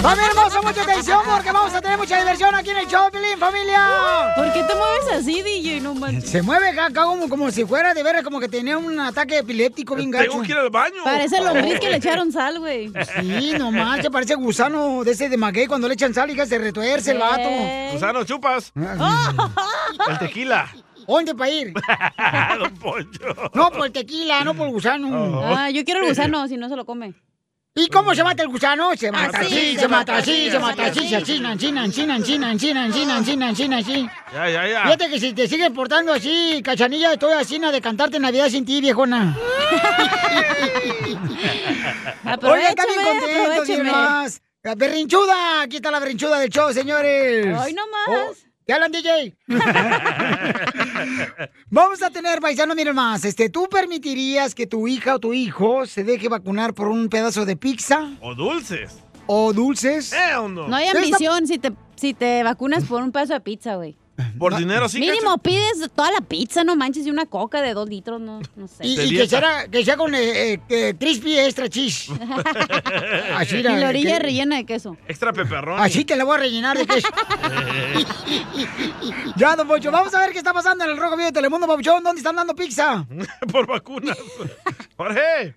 ¡Familia hermosa, mucha atención porque vamos a tener mucha diversión aquí en el show, Pilín, familia! ¿Por qué te mueves así, DJ? No manches. Se mueve acá, acá como, como si fuera de veras, como que tenía un ataque epiléptico bien gacho. Tengo que ir al baño. Parece lombriz que le echaron sal, güey. Sí, no manches, parece gusano de ese de maguey cuando le echan sal y que se retuerce el vato. Gusano, chupas. El tequila. ¿Dónde para ir? Don Poncho. No por tequila, no por gusano. Ah, yo quiero el gusano, si no se lo come. ¿Y cómo se mata el gusano? Se Ah, mata así, se mata así, se mata así, se china, china, china, china, china, china, china, china, así. Ya, ya, ya. Fíjate que si te sigues portando así, cachanilla, estoy así na, de cantarte Navidad sin ti, viejona. Oye, está bien contento, aprovechame. bien más. La berrinchuda, aquí está la berrinchuda del show, señores. Ay, no más. ¿Qué hablan, DJ? Vamos a tener, paisano, miren más. Este, ¿Tú permitirías que tu hija o tu hijo se deje vacunar por un pedazo de pizza O dulces. o dulces? Eh, o no. No hay Esta- ambición si te, si te vacunas por un pedazo de pizza, güey. Por dinero sí. Mínimo pides toda la pizza, no manches, y una coca de dos litros, no, no sé. Y, De y que, dieta. sea, que sea con eh, eh, eh, crispy extra cheese. Así, Y la- la orilla que- rellena de queso. cacha. Extra peperrón. eh, Así te la voy a rellenar de queso. ya, don Pocho, vamos a ver qué está pasando en el Rojo Vivo de Telemundo, Papuchón. ¿Dónde están dando pizza? Por vacunas. Jorge.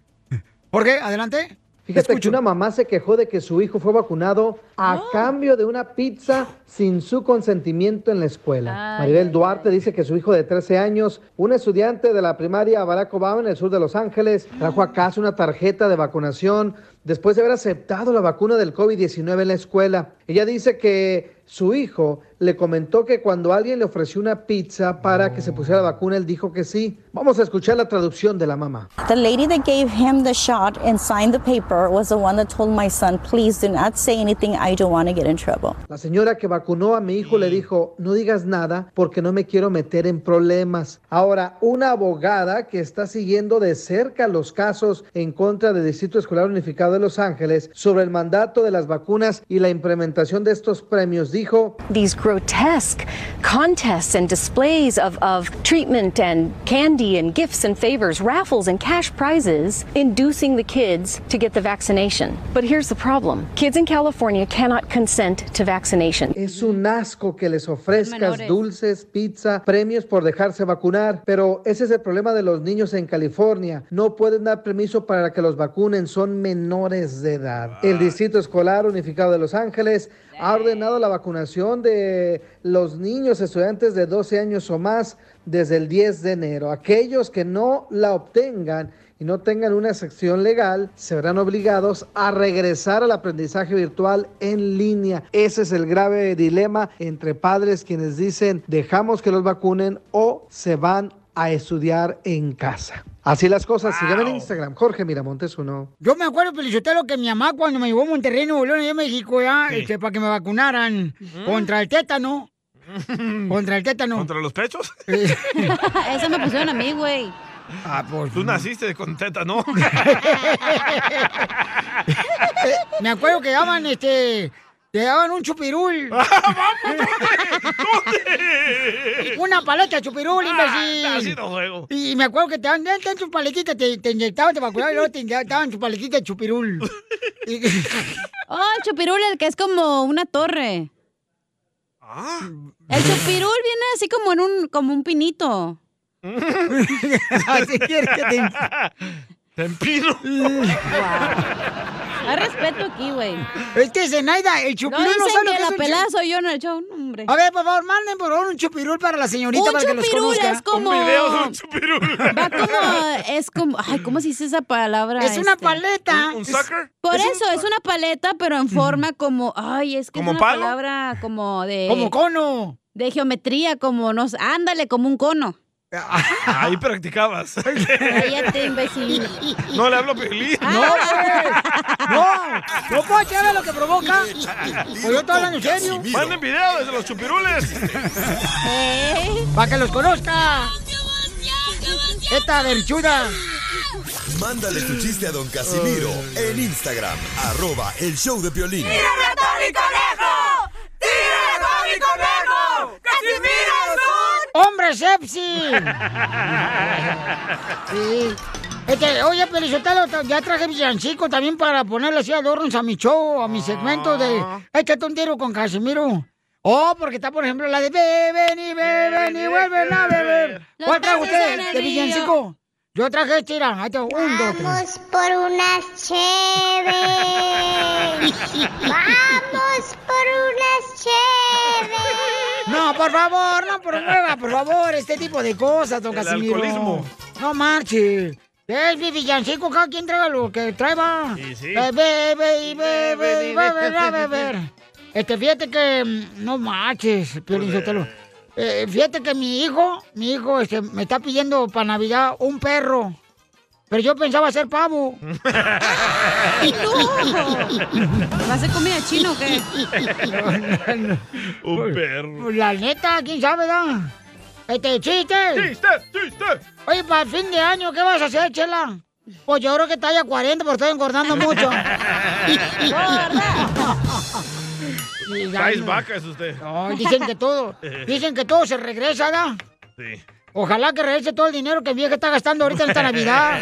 ¿Por qué? Adelante. Fíjate que una mamá se quejó de que su hijo fue vacunado a Ah. cambio de una pizza sin su consentimiento en la escuela. Ay, Maribel ay, Duarte dice que su hijo de 13 años, un estudiante de la primaria Barack Obama en el sur de Los Ángeles, Ah. trajo a casa una tarjeta de vacunación después de haber aceptado la vacuna del COVID-19 en la escuela. Ella dice que su hijo le comentó que cuando alguien le ofreció una pizza para que se pusiera la vacuna, él dijo que sí. Vamos a escuchar la traducción de la mamá. The lady that gave him the shot and signed the paper was the one that told my son, please do not say anything. I don't want to get in trouble. La señora que vacunó a mi hijo le dijo, no digas nada porque no me quiero meter en problemas. Ahora, una abogada que está siguiendo de cerca los casos en contra del Distrito Escolar Unificado de Los Ángeles sobre el mandato de las vacunas y la implementación de estos premios dijo, these grotesque contests and displays of, of treatment and candy and gifts and favors, raffles and cash prizes, inducing the kids to get the vaccination. But here's the problem kids in California cannot consent to vaccination. es un asco que les ofrezcas menores. dulces, pizza, premios por dejarse vacunar, pero ese es el problema de los niños en California. No pueden dar permiso para que los vacunen, son menores de edad. El Distrito Escolar Unificado de Los Ángeles ha ordenado la vacunación de los niños estudiantes de 12 años o más desde el 10 de enero. Aquellos que no la obtengan y no tengan una sección legal, se verán obligados a regresar al aprendizaje virtual en línea. Ese es el grave dilema entre padres quienes dicen dejamos que los vacunen o se van a estudiar en casa. Así las cosas. Sígueme en Instagram, Jorge Miramontes uno. Yo me acuerdo, Pelichotelo, que mi mamá cuando me llevó a Monterrey, Nuevo León, allá en México, ya, este, para que me vacunaran Mm. contra el tétano. Contra el tétano. ¿Contra los pechos? Eso me pusieron a mí, güey. Ah, por Tú naciste con teta, ¿no? Me acuerdo que daban, este, te daban un chupirul, Ah, una paleta de chupirul, Ah, Así imbécil. no juego. Y me acuerdo que te daban, te daban tu paletita, te, te inyectaban, te vacunaban y luego te inyectaban tu paletita de chupirul. Y- Oh, el chupirul, el que es como una torre. Ah, El chupirul viene así como en un, como un pinito. Así quieres que te... te empino. Hay respeto aquí, güey. Este Es que Zenaida, el No chupirul no, dicen sabe lo que que es la un pelada chu- soy yo, no, yo, no, hombre. A ver, por favor, manden por favor un chupirul para la señorita Un para que los chupirul conozca. es como... Va como... Es como... Ay, ¿cómo se dice esa palabra? Es una este? paleta. ¿Un sucker? Por Es un- eso, es una paleta, pero en forma como... Ay, es que ¿Como es una palo? palabra como de... Como cono. de geometría, como... No, sé, ándale, como un cono. Ahí practicabas. Cállate, imbécil. No le hablo a Piolín. No, Ah. güey. No, no puedo echarle lo que provoca. Pues yo estoy hablando en serio. Manden videos de los chupirules. ¿Eh? Para que los conozca. Esta verchuda. Mándale tu chiste a don Casimiro en Instagram, arroba el show de violín. ¡Hombre sepsi! Sí. Este, oye, Pelizotelo, ya traje villancico también para ponerle así adornos a mi show, a mi segmento de... Échate un tiro con Casimiro. Oh, porque está, por ejemplo, la de beben y beben y vuelven a beber. Los ¿Cuál trajo peces en usted el de río. villancico? Yo traje este, mira, ahí te- un, dos, tres. Vamos por unas cheves. Vamos por unas cheves. No, por favor, no promueva, por favor, este tipo de cosas, don El Casimiro. alcoholismo. No marche. Es mi villancico, cada quien traga lo que traiga. Sí, sí. Eh, bebe y bebe y bebe, a beber. Este, fíjate que mm, no marches, Piolinsotelo. Eh, fíjate que mi hijo, mi hijo, este, me está pidiendo para Navidad un perro. Pero yo pensaba hacer pavo. ¿Va a ser comida china o qué? Un perro. Pues, La neta, quién sabe, da. Este chiste. ¡Chiste! ¡Chiste! Oye, para el fin de año, ¿qué vas a hacer, Chela? Pues yo creo que talla 40 porque estoy engordando mucho. Y ya Traes no. vacas usted. No, dicen que todo. Dicen que todo se regresa, ¿da? Sí. Ojalá que regrese todo el dinero que el viejo está gastando ahorita en esta Navidad.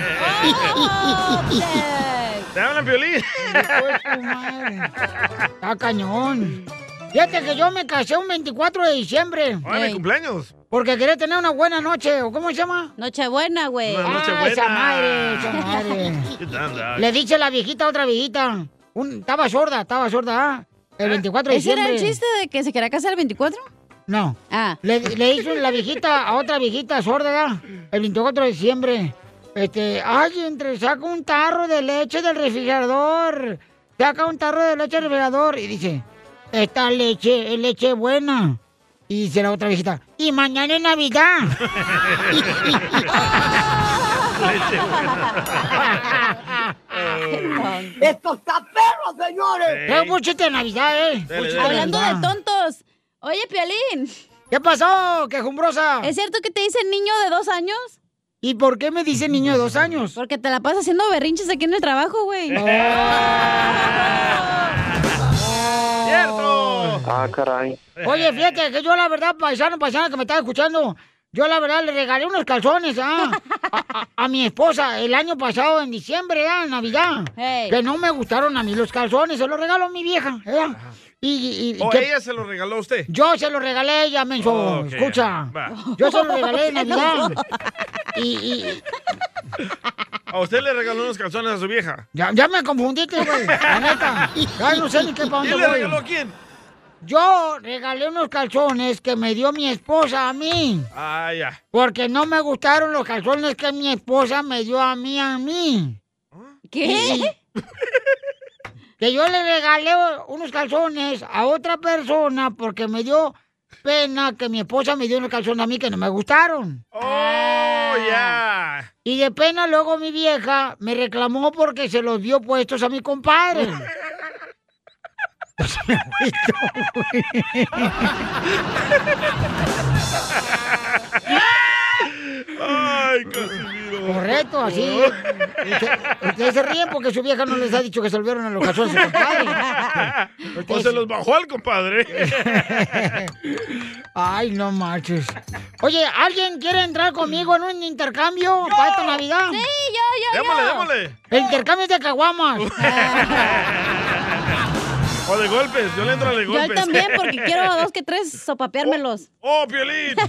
¿Te hablan Piolín? Hijo de su madre. Está Ah, cañón. Fíjate que yo me casé un 24 de diciembre Hoy mi Ey. cumpleaños. porque quería tener una buena noche, ¿o cómo se llama? Nochebuena, güey. No, no. Nochebuena. Ah, esa madre, esa madre. ¿Qué tal, Doc? Le dice la viejita a otra viejita. Un, estaba sorda, estaba sorda. ¿ah? El 24 de ¿Ese diciembre. era el chiste de que se quería casar el 24? No. Ah. Le, le hizo la viejita a otra viejita sorda, ¿ah? El 24 de diciembre. Este, ay, entre, saca un tarro de leche del refrigerador. Saca un tarro de leche del refrigerador. Y dice, esta leche es leche buena. Y dice la otra viejita, y mañana es Navidad. Eh. ¡Esto está perro, señores! Traigo un chiste de Navidad, ¿eh? Dale, Un chiste dale. Hablando de Navidad. tontos. Oye, Pialín, ¿Qué pasó, quejumbrosa? ¿es cierto que te dicen niño de dos años? ¿Y por qué me dice niño de dos años? Porque te la pasas haciendo berrinches aquí en el trabajo, güey. ¡Cierto! Ah, caray. Oye, fíjate que yo la verdad, paisano, paisana que me está escuchando, yo la verdad le regalé unos calzones ¿ah? a, a- a mi esposa el año pasado en diciembre, ¿ah? en Navidad. Hey. Que no me gustaron a mí los calzones, se los regaló mi vieja. ¿eh? Y, y- y ¿O que Oh, ella se lo regaló a usted? yo se los regalé a ella, menso. Oh, ok. Escucha. Va. Yo se los regalé en Navidad. Y, y- ¿A usted le regaló unos calzones a su vieja? ya, ya me confundiste, güey. La neta. Ya no sé ni qué para dónde ¿Quién le voy. regaló a quién? Yo regalé unos calzones que me dio mi esposa a mí. Ah, ya. Porque no me gustaron los calzones que mi esposa me dio a mí, a mí. ¿Qué? Que yo le regalé unos calzones a otra persona porque me dio pena que mi esposa me dio unos calzones a mí que no me gustaron. ¡Oh, ya! Y de pena luego mi vieja me reclamó porque se los dio puestos a mi compadre. ¡Ay, Casimiro! Correcto, así. Usted- Ustedes se ríen porque su vieja no les ha dicho que se volvieron a los calzones a su compadre. O se los bajó al compadre. Ay, no marches. Oye, ¿alguien quiere entrar conmigo en un intercambio para esta Navidad? Sí, yo, yo, yo. démosle, démosle. El intercambio es de caguamas. O de golpes, yo le entro a de Yo golpes. él también, porque quiero dos que tres sopapeármelos. ¡Oh, Piolín!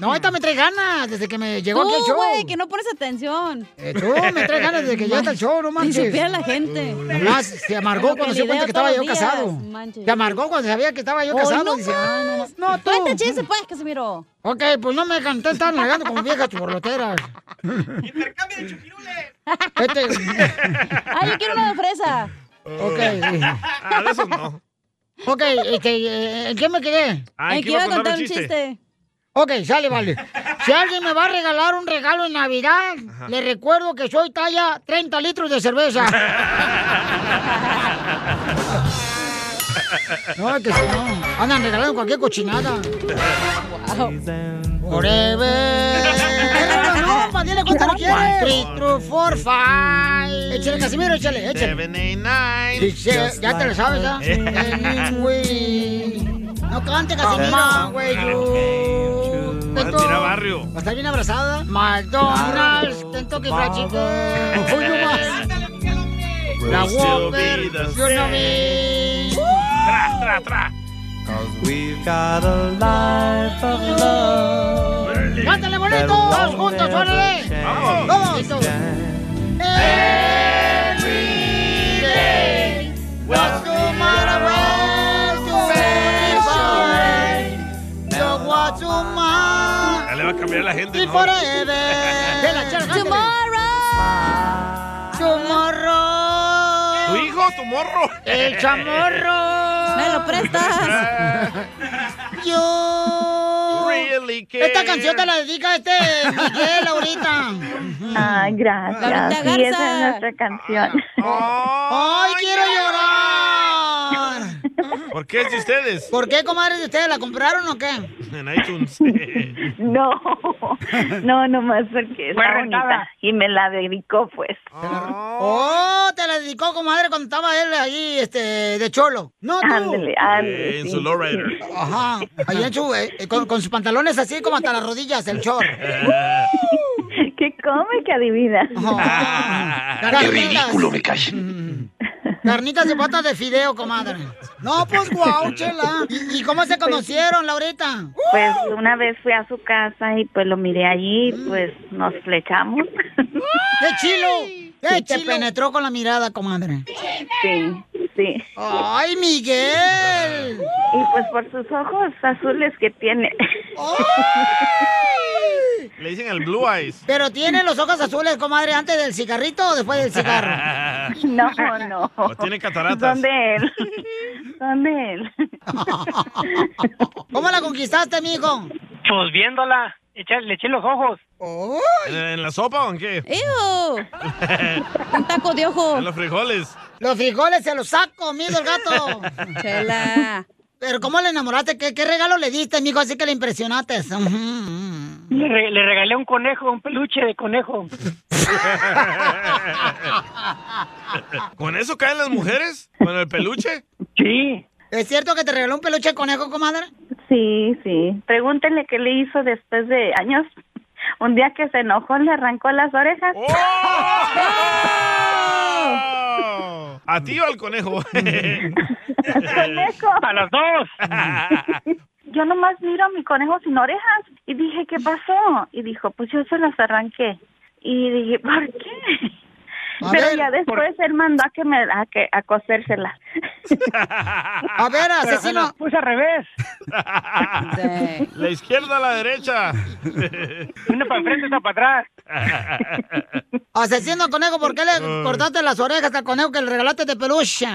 No, esta me trae ganas Ah, desde que me llegó Tú, aquí el show. güey, que no pones atención. tú me traes ganas desde que llegaste al show, no manches. Ni supiera la gente. Nomás se amargó Lo cuando que se dio cuenta lidio que estaba yo todos los días, casado. manches. Se amargó cuando sabía que estaba yo Hoy casado. no dice, más. ah, no más. No, tú. Cuenta chiste, pues, Casimiro. Ok, pues no me canté, están navegando como viejas churroteras. Intercambio de chupirules. Ah, yo quiero una de fresa. Ok. Ah, de esos no. Ok, este, eh, ¿en qué me quedé? Ah, ¿en Eh, qué iba a quiero contar contar un un chiste. chiste. Ok, sale, vale. Si alguien me va a regalar un regalo en Navidad, le recuerdo que soy talla 30 litros de cerveza. No, que si no, andan regalando cualquier cochinada. Forever. No, no, pa, dile cuánto lo quieres. Three, two, four, five. Échale, Casimiro, échale, échale. Seven, eight, nine. Sí, sí, ya te lo sabes, ¿ya? Eh, güey. No cante, Casimiro. Ah, güey, Vas a tirar barrio. Va a estar bien abrazada. McDonald's, Kentucky Fried Chicken. Fui nomás. Pues La We'll still be Whopper, the yo no vi. Tra, tra, tra. We've got a life of love. ¡Cántale bonito! ¡Todos juntos, órale! Vamos. ¡Vamos! Listos. Every day was no matter where to find. Yo guachuma. Ya le va a cambiar la gente. Y ¿no? forever. Chela, chela, cántale. Tomorrow. Tu hijo, tu morro. El chamorro. Me lo prestas. Yo. Really care. Esta canción te la dedica este Miguel ahorita. Ah, gracias. Laurita Sí, esa es Garza. nuestra canción. ¡Ay, quiero llorar! ¿Por qué es de ustedes? ¿Por qué, comadre, de ustedes la compraron o qué? En iTunes. No, no, nomás porque Fue está rentada. bonita. Y me la dedicó, pues. Oh, te la dedicó, comadre, cuando estaba él ahí, este, de cholo. No, tú. Ándale, ándale, En su lowrider. Ajá, ahí en su, eh, con, con sus pantalones así como hasta las rodillas, el short. ¿Qué come que adivina? Qué ridículo me cae. Carnitas de patas de fideo, comadre. No, pues guau, chela. ¿Y, y cómo se conocieron, Laurita? Pues una vez fui a su casa y pues lo miré allí, pues nos flechamos. ¡Qué chilo! ¡Qué Sí, te chilo! penetró con la mirada, comadre. Sí, sí. ¡Ay, Miguel! Y pues por sus ojos azules que tiene. Le dicen el Blue Eyes. Pero tiene los ojos azules, comadre, antes del cigarrito o después del cigarro. No, no. O tiene cataratas. Son de él. Son de él. ¿Cómo la conquistaste, mijo? Pues viéndola, echa- le eché los ojos. ¿En, en la sopa o en qué? ¡Ew! en taco de ojo. los frijoles. Los frijoles se los ha comido el gato. Chela. Pero ¿cómo le enamoraste? ¿Qué, qué regalo le diste, mijo? Así que le impresionaste. Ujú. Le, re- le regalé un conejo, un peluche de conejo. ¿Con eso caen las mujeres? ¿Con el peluche? Sí. ¿Es cierto que te regaló un peluche de conejo, comadre? Sí, sí. Pregúntenle qué le hizo después de años. Un día que se enojó, le arrancó las orejas. ¡Oh! ¿A ti o al conejo? ¡Conejo! ¡A las dos! Yo nomás miro a mi conejo sin orejas y dije, ¿qué pasó? Y dijo, pues yo se las arranqué. Y dije, ¿por qué? A Pero ver, ya ¿por- después él mandó a que me a, que, a cosérselas. A ver, Pero se asesino. las Pues al revés. La izquierda a la derecha. Una para enfrente, otra para atrás. Asesino conejo, ¿por qué le cortaste las orejas al conejo que le regalaste de peluche?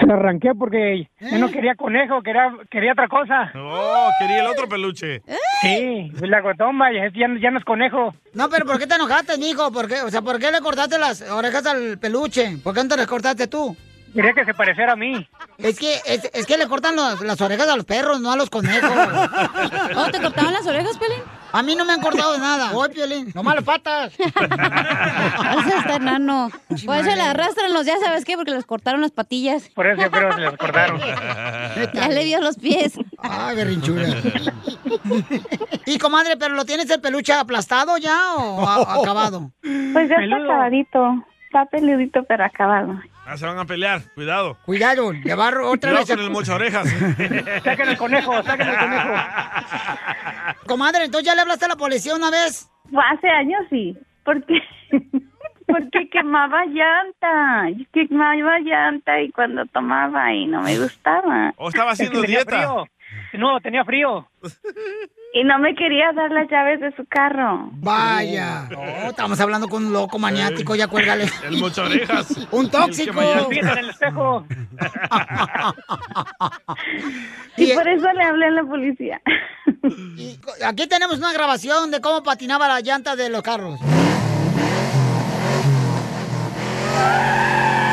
Se lo arranqué porque yo no quería conejo, quería, quería otra cosa. Oh, quería el otro peluche. Sí, pues la gotomba, ya, ya, ya no es conejo. No, pero ¿por qué te enojaste, mijo? ¿Por qué? O sea, ¿por qué le cortaste las orejas al peluche? ¿Por qué no te las cortaste tú? Quería que se pareciera a mí. Es que, es, es que le cortan los- las orejas a los perros, no a los conejos. ¿No ¿Oh, te cortaban las orejas, Pelín? A mí no me han cortado nada. Oye, Piolín, nomás las patas. Ese está enano. Por eso le arrastran los ya, ¿sabes qué? Porque les cortaron las patillas. Por eso yo creo que se los cortaron. Ya le vio los pies. Ay, berrinchuda. Y, comadre, ¿pero lo tienes el peluche aplastado ya o a- Oh, acabado? Pues ya está acabadito. Está peludito, pero acabado. Ah, se van a pelear. Cuidado. Cuidado, le va a otra Cuidado vez a- con el mocha orejas. Saquen el conejo, saquen el conejo. Comadre, entonces ya le hablaste a la policía una vez. Hace años sí, porque porque quemaba llanta, y quemaba llanta y cuando tomaba y no me gustaba. Oh. O estaba haciendo tenía dieta. frío. No, tenía frío. Y no me quería dar las llaves de su carro. Vaya. No, estamos hablando con un loco maniático, ya cuélgale. El mocha orejas. Un tóxico. Fíjate en el espejo. eh, Y por eso le hablé a la policía. Aquí tenemos una grabación de cómo patinaba la llanta de los carros.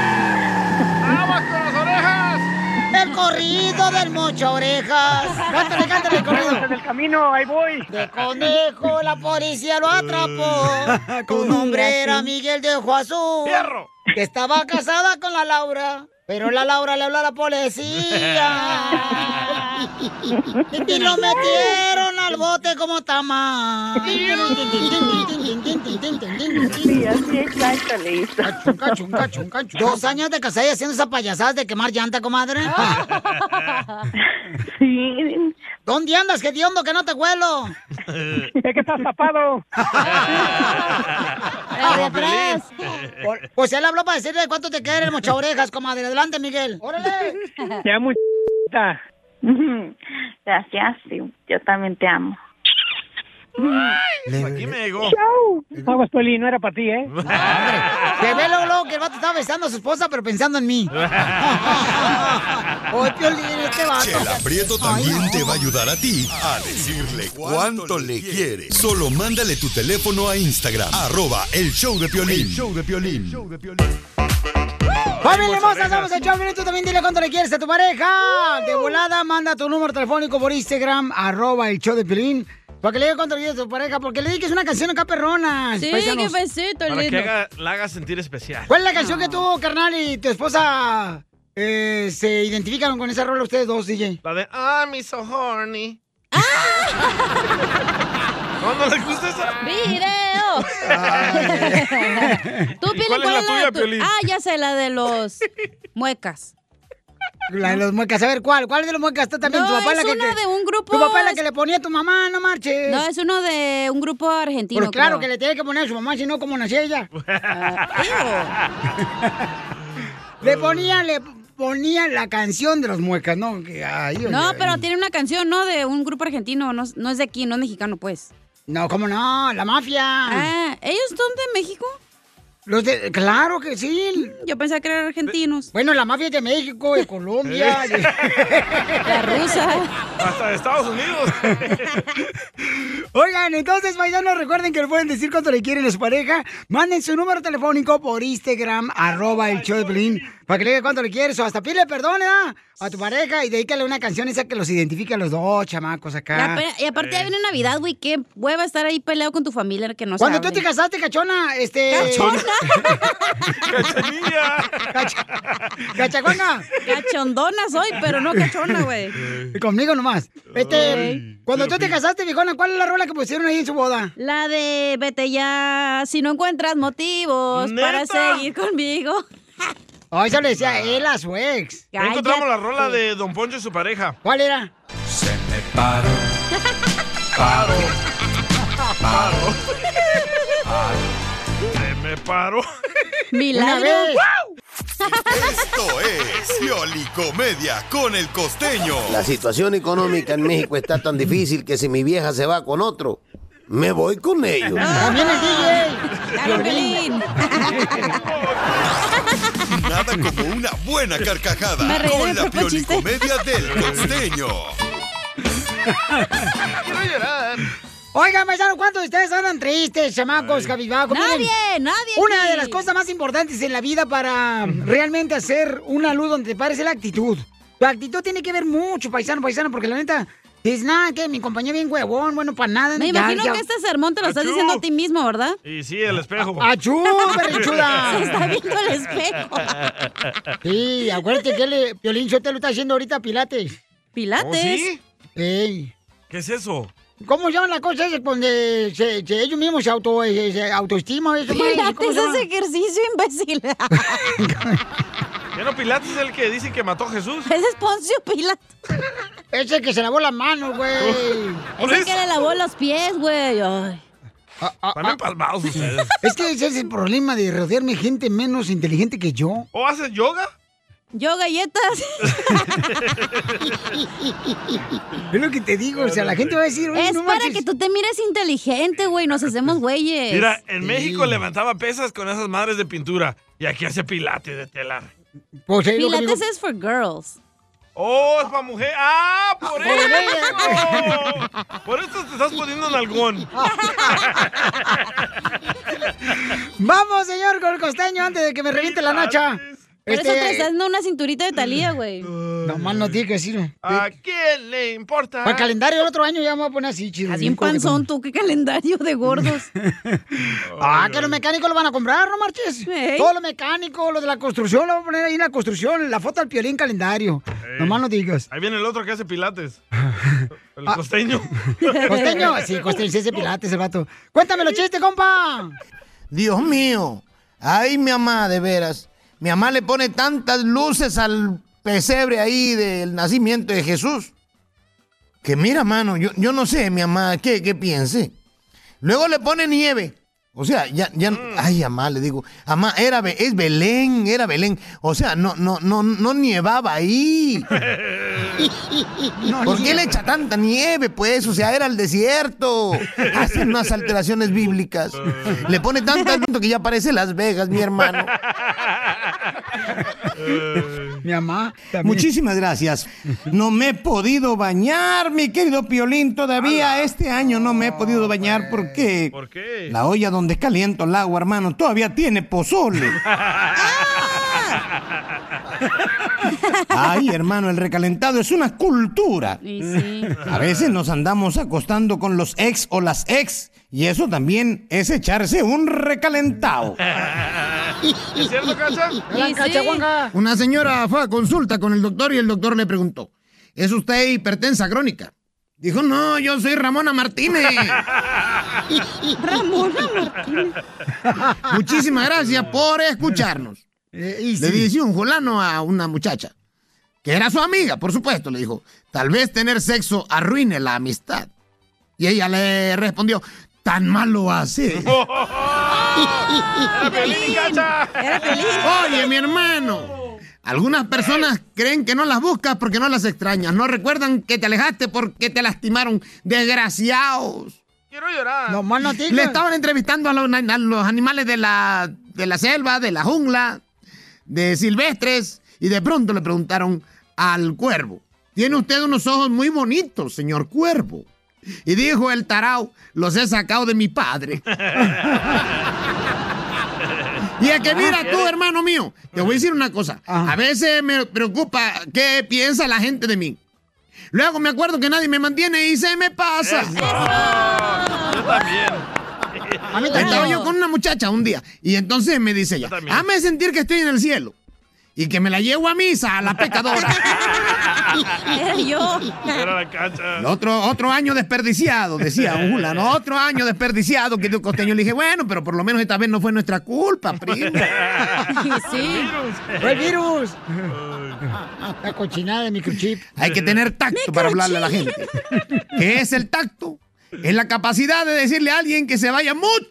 ¡Vamos con las orejas! El corrido del mocho orejas. Cántale, cántale el corrido. Desde el camino, ahí voy. De conejo, la policía lo atrapó. Tu nombre era Miguel de Ojo Azul. Que estaba casada con la Laura. Pero la Laura le habló a la policía. Y lo metieron al bote como tamal. Sí, así exacto le hizo. Dos años de casada y haciendo esa payasada de quemar llanta, comadre. Ah, Sí. ¿Dónde andas, que que no te huelo? Es que estás tapado. Como Por- Pues él habló para decirle cuánto te queda el mocha orejas, comadre. Adelante, Miguel. ¡Órale! Te amo, ch***ta. Gracias, sí, yo también te amo. Aquí me llegó. Aguas, Poli, no era para ti, ¿eh? Se ve luego, luego que el vato estaba besando a su esposa, pero pensando en mí. Oye, Piolín, este Chela vato. Prieto también te va a ayudar a ti a decirle cuánto le quiere. Solo mándale tu teléfono a Instagram, arroba el show de Piolín. show de Piolín. Familia hermosa, somos el Choplin. Tú también dile cuánto le quieres a tu pareja. Uh. De volada, manda tu número telefónico por Instagram, arroba el show de Piolín. Para que le diga cuánto le quieres a tu pareja, porque le dediques una canción acá perrona. Sí, paisanos. qué besito Para que lindo. Ah. haga- la haga sentir especial. ¿Cuál es la canción que tú, carnal, y tu esposa eh, se identificaron con esa rola ustedes dos, DJ? La de I'm so Ah, horny. ah, ¿No, no les gusta esa? ¡Video! ¿Tú, ¿Y Piolín, cuál es la de tuya, tu- Piolín? Ah, ya sé, la de los muecas. La de los muecas, a ver, ¿cuál? ¿Cuál de los muecas está también? No, tu papá es es la que una te- de un grupo- Tu papá es la que le ponía a tu mamá, no marches. No, es uno de un grupo argentino. Pero claro creo. que le tiene que poner a su mamá, si no, como nació ella. Ah, le ponía, le ponía la canción de los muecas, ¿no? Que- ay, ay, No, ay. pero tiene una canción, ¿no? De un grupo argentino. No, es- no es de aquí, no es mexicano, pues. No, ¿cómo no? La mafia. Ah, ¿ellos son de México? Los de- claro que sí. Yo pensaba que eran argentinos. Bueno, la mafia es de México, de Colombia. de- La rusa. Hasta de Estados Unidos. Oigan, entonces, paisanos, recuerden que le pueden decir cuánto le quieren a su pareja. Manden su número telefónico por Instagram, arroba el show de Piolín, para que le diga cuánto le quieres o hasta pídele perdón ¿verdad? a tu pareja y dedícale una canción esa que los identifique a los dos chamacos La acá. pe- y aparte eh. ya viene Navidad, güey. Qué hueva estar ahí peleado con tu familia que no Cuando sabe. tú te casaste, cachona, este... Cachona. Cacha- Cachacuanga. Cachondona soy, pero no cachona, güey. Conmigo nomás. Este, Ay. cuando tú te casaste, viejona, ¿cuál es la rola que pusieron ahí en su boda? La de vete ya si no encuentras motivos ¿Neta? para seguir conmigo. Ay, ya Oh, Ah. le decía él a su ex. Ya encontramos la rola de Don Poncho y su pareja. ¿Cuál era? Se me paró. Paro. Paro. Se me paró. Milagro. Una vez. Esto es Pioli Comedia con el costeño. La situación económica en México está tan difícil que si mi vieja se va con otro, me voy con ellos. También el ¿eh? Dale, DJ. Nada como una buena Me carcajada reí de mi con la propio Pioli chiste. Comedia del costeño. Quiero llorar. Oigan, paisanos, ¿cuántos de ustedes andan tristes, chamacos, cabizbajos? Miren, Nadie, nadie Una aquí. de las cosas más importantes en la vida para realmente hacer una luz donde te pares es la actitud. La actitud tiene que ver mucho, paisano, paisano, porque la neta, dices, nada, que mi compañero bien huevón, bueno, para nada. Me ya, imagino ya". que este sermón te lo estás diciendo a ti mismo, ¿verdad? Y sí, el espejo. ¡Achú, berrinchuda! Se está viendo el espejo. Sí, acuérdate que el Piolín te lo está haciendo ahorita Pilates. ¿Pilates? ¿Oh, sí? Ey. ¿Qué es eso? ¿Cómo llaman las cosas esas donde se- se- ellos mismos se auto, se- se autoestima? Eso, madre? ¿Cómo Pilates se llama? es ejercicio, imbécil. ¿Ya no Pilatos es el que dice que mató a Jesús? Ese es Poncio Pilato. Ese que se lavó las manos, güey. Ese que le lavó los pies, güey. Ay. Están empalmados ustedes. Es que ese es el problema de rodearme gente menos inteligente que yo. ¿O haces yoga? Yo galletas. Es lo que te digo, o sea, la gente va a decir, oye, Es no para manches. que tú te mires inteligente, güey. Nos hacemos güeyes. Mira, en México levantaba pesas con esas madres de pintura. Y aquí hace pilates de tela. Pues es lo que Pilates digo. es for girls. ¡Oh, es para mujer! ¡Ah, por Por eso! por eso te estás poniendo en algún. Vamos, señor, con el costeño antes de que me reviente la nacha. Por eso te estás Este, dando una cinturita de talía, güey. no más no tiene que decir. ¿A quién le importa? Para el calendario del otro año ya me voy a poner así, chido. Así en panzón, tú, qué calendario de gordos. Ah, que los mecánicos lo van a comprar, ¿no marches? Ey. Todo lo mecánico, lo de la construcción, lo van a poner ahí en la construcción, la foto al piolín calendario. Ey. Nomás no digas. Ahí viene el otro que hace pilates. El costeño. Ah. Costeño, sí, costeño, sí, ese pilates, Este, el vato. Cuéntame los chistes, compa. Dios mío. Ay, mi mamá, de veras. Mi mamá le pone tantas luces al pesebre ahí del nacimiento de Jesús. Que mira, mano, yo, yo no sé, mi mamá, ¿qué, qué piense? Luego le pone nieve. O sea, ya, ya, ay, mamá, le digo, mamá, era, Be- es Belén, era Belén. O sea, no, no, no, no nievaba ahí. ¿Por qué le echa tanta nieve? Pues, o sea, era el desierto. Hacen unas alteraciones bíblicas. Le pone tanta tanto que ya parece Las Vegas, mi hermano. Mi mamá. Muchísimas gracias. No me he podido bañar, mi querido Piolín. Todavía este año no me he podido bañar porque qué? la olla donde caliento el agua, hermano, todavía tiene pozole. Ay, hermano, el recalentado es una cultura. A veces nos andamos acostando con los ex o las ex y eso también es echarse un recalentado. ¿Es cierto, Cacha? Gran cachaguanga. Una señora fue a consulta con el doctor y el doctor le preguntó, ¿es usted hipertensa crónica? Dijo, no, yo soy Ramona Martínez. Ramona Martínez. Muchísimas gracias por escucharnos. Le dice un fulano a una muchacha, que era su amiga, por supuesto, le dijo, tal vez tener sexo arruine la amistad. Y ella le respondió, tan mal lo hace. ¡Era Piolín y Cacha! Oye, mi hermano. Algunas personas creen que no las buscas porque no las extrañas. No recuerdan que te alejaste porque te lastimaron. Desgraciados. Quiero llorar. No más no Ah. Le estaban entrevistando a los, a los animales de la, de la selva, de la jungla, de silvestres. Y de pronto le preguntaron al cuervo. Tiene usted unos ojos muy bonitos, señor cuervo. Y dijo el tarao, los he sacado de mi padre. Y es que mira tú, hermano mío, te voy a decir una cosa. A veces me preocupa qué piensa la gente de mí. Luego me acuerdo que nadie me mantiene y se me pasa. Yo también. Estaba yo con una muchacha un día y entonces me dice ella, hazme sentir que estoy en el cielo y que me la llevo a misa a la pecadora. Era yo. Era la Cacha. Otro, otro año desperdiciado, decía un fulano, otro año desperdiciado que yo costeño le dije, bueno, pero por lo menos esta vez no fue nuestra culpa, primo. sí. Fue el virus. La cochinada de microchip. Hay que tener tacto para hablarle a la gente. ¿Qué es el tacto? Es la capacidad de decirle a alguien que se vaya mucho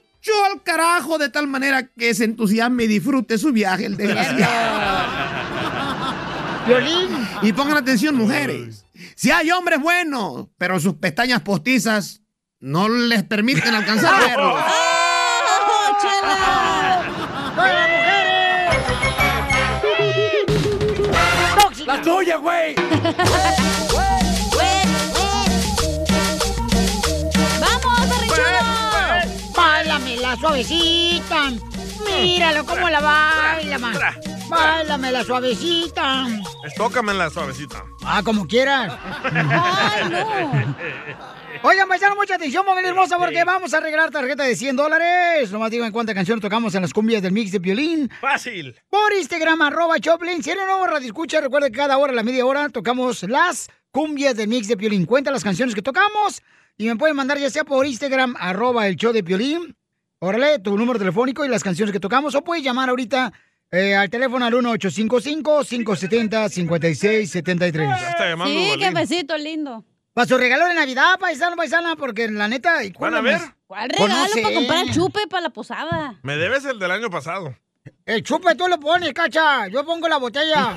al carajo de tal manera que se entusiasme y disfrute su viaje, el desgraciado. Y pongan atención, mujeres. Si hay hombres buenos, pero sus pestañas postizas no les permiten alcanzar a Oh, verlos. ¡La tuya, güey! ¡Vamos, barrichudo! Pues, ¡Báilamela suavecita! Mm. ¡Míralo cómo la baila, man! ¡Báilamela suavecita! Estócamela suavecita. Ah, como quieras. ¡Ay, no! Oigan, paisanos, mucha atención, familia hermosa, porque vamos a regalar tarjeta de 100 dólares. Nomás digo en cuánta canción tocamos en las cumbias del mix de violín. Fácil. Por Instagram, arroba Choplin. Si eres nuevo radio escucha, recuerda que cada hora, a la media hora, tocamos las cumbias del mix de Piolín. Cuenta las canciones que tocamos y me pueden mandar ya sea por Instagram, arroba el show de Piolín. Órale, tu número telefónico y las canciones que tocamos. O puedes llamar ahorita eh, al teléfono al 1-855-570-5673. llamando Sí, qué Piolín. besito lindo. Para su regalo de Navidad, paisano, paisana, porque la neta... ¿y cuál ¿Van a es? ver? ¿Cuál Pues no regalo para sé. comprar chupe para la posada? Me debes el del año pasado. El chupe tú lo pones, cacha. Yo pongo la botella.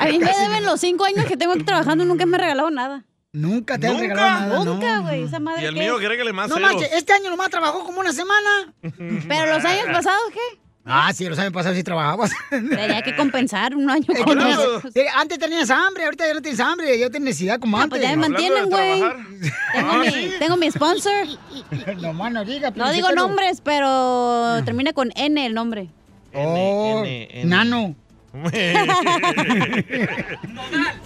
A mí me deben los cinco años que tengo aquí trabajando, nunca me regalaron nada. Nunca te han ¿Nunca? regalado nada, no. Nunca, güey, esa madre. Y el qué mío, es? agrégale más No ceros. manches, este año nomás trabajó como una semana. Pero los años pasados, ¿qué? Ah, sí, los años pasados sí trabajabas. Tenía que compensar un año. Es que no tenías- eh, antes tenías hambre, ahorita ya no tienes hambre, ya tienes necesidad como Ah, antes. pues ya me mantienen, güey. Ah, Tengo, mi, tengo mi sponsor. No, más no diga. No digo nombres, pero termina con N el nombre. Oh, nano.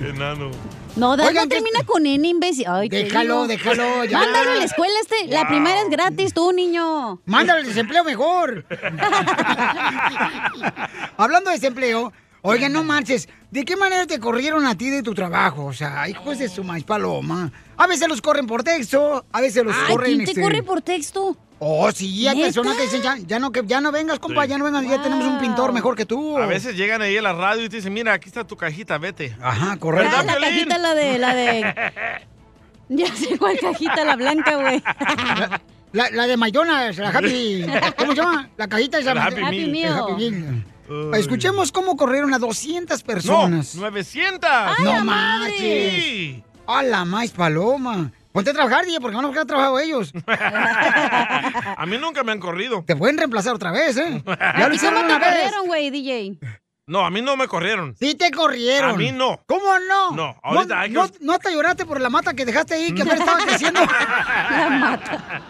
Enano. No, Dal no Oigan, termina con N, imbécil. Ay, te digo. Déjalo, déjalo, ya. Mándalo a la escuela este. La Wow. primera es gratis, tú, niño. Mándale el desempleo mejor. Hablando de desempleo, oigan, no marches. ¿De qué manera te corrieron a ti de tu trabajo? O sea, hijos de su maíz paloma. A veces los corren por texto, a veces los Ay, corren. ¿quién te este, corre por texto? Oh, sí, hay ¿Neta? personas que dicen, ya, ya no, que, ya no vengas, compa, ya no vengas, ya tenemos un pintor mejor que tú. A veces llegan ahí a la radio y te dicen, mira, aquí está tu cajita, vete. Ajá, Ah, la cajita, la de, la de. Ya sé cuál cajita, la blanca, güey. La, la de McDonald's, la Happy... ¿Cómo se llama? La cajita esa. El Happy Happy Meal. Meal. El Happy Meal. Escuchemos cómo corrieron a 200 No, personas. 900. no madre! manches. A la más paloma. Ponte a trabajar, DJ, porque van a buscar trabajo ellos. A mí nunca me han corrido. Te pueden reemplazar otra vez, ¿eh? Ya lo ¿Y cómo hicieron te una vez. corrieron, güey, DJ? No, a mí no me corrieron. Sí te corrieron. A mí no. ¿Cómo no? No, ahorita hay que- no, no te lloraste por la mata que dejaste ahí, que apenas estaba creciendo. la mata.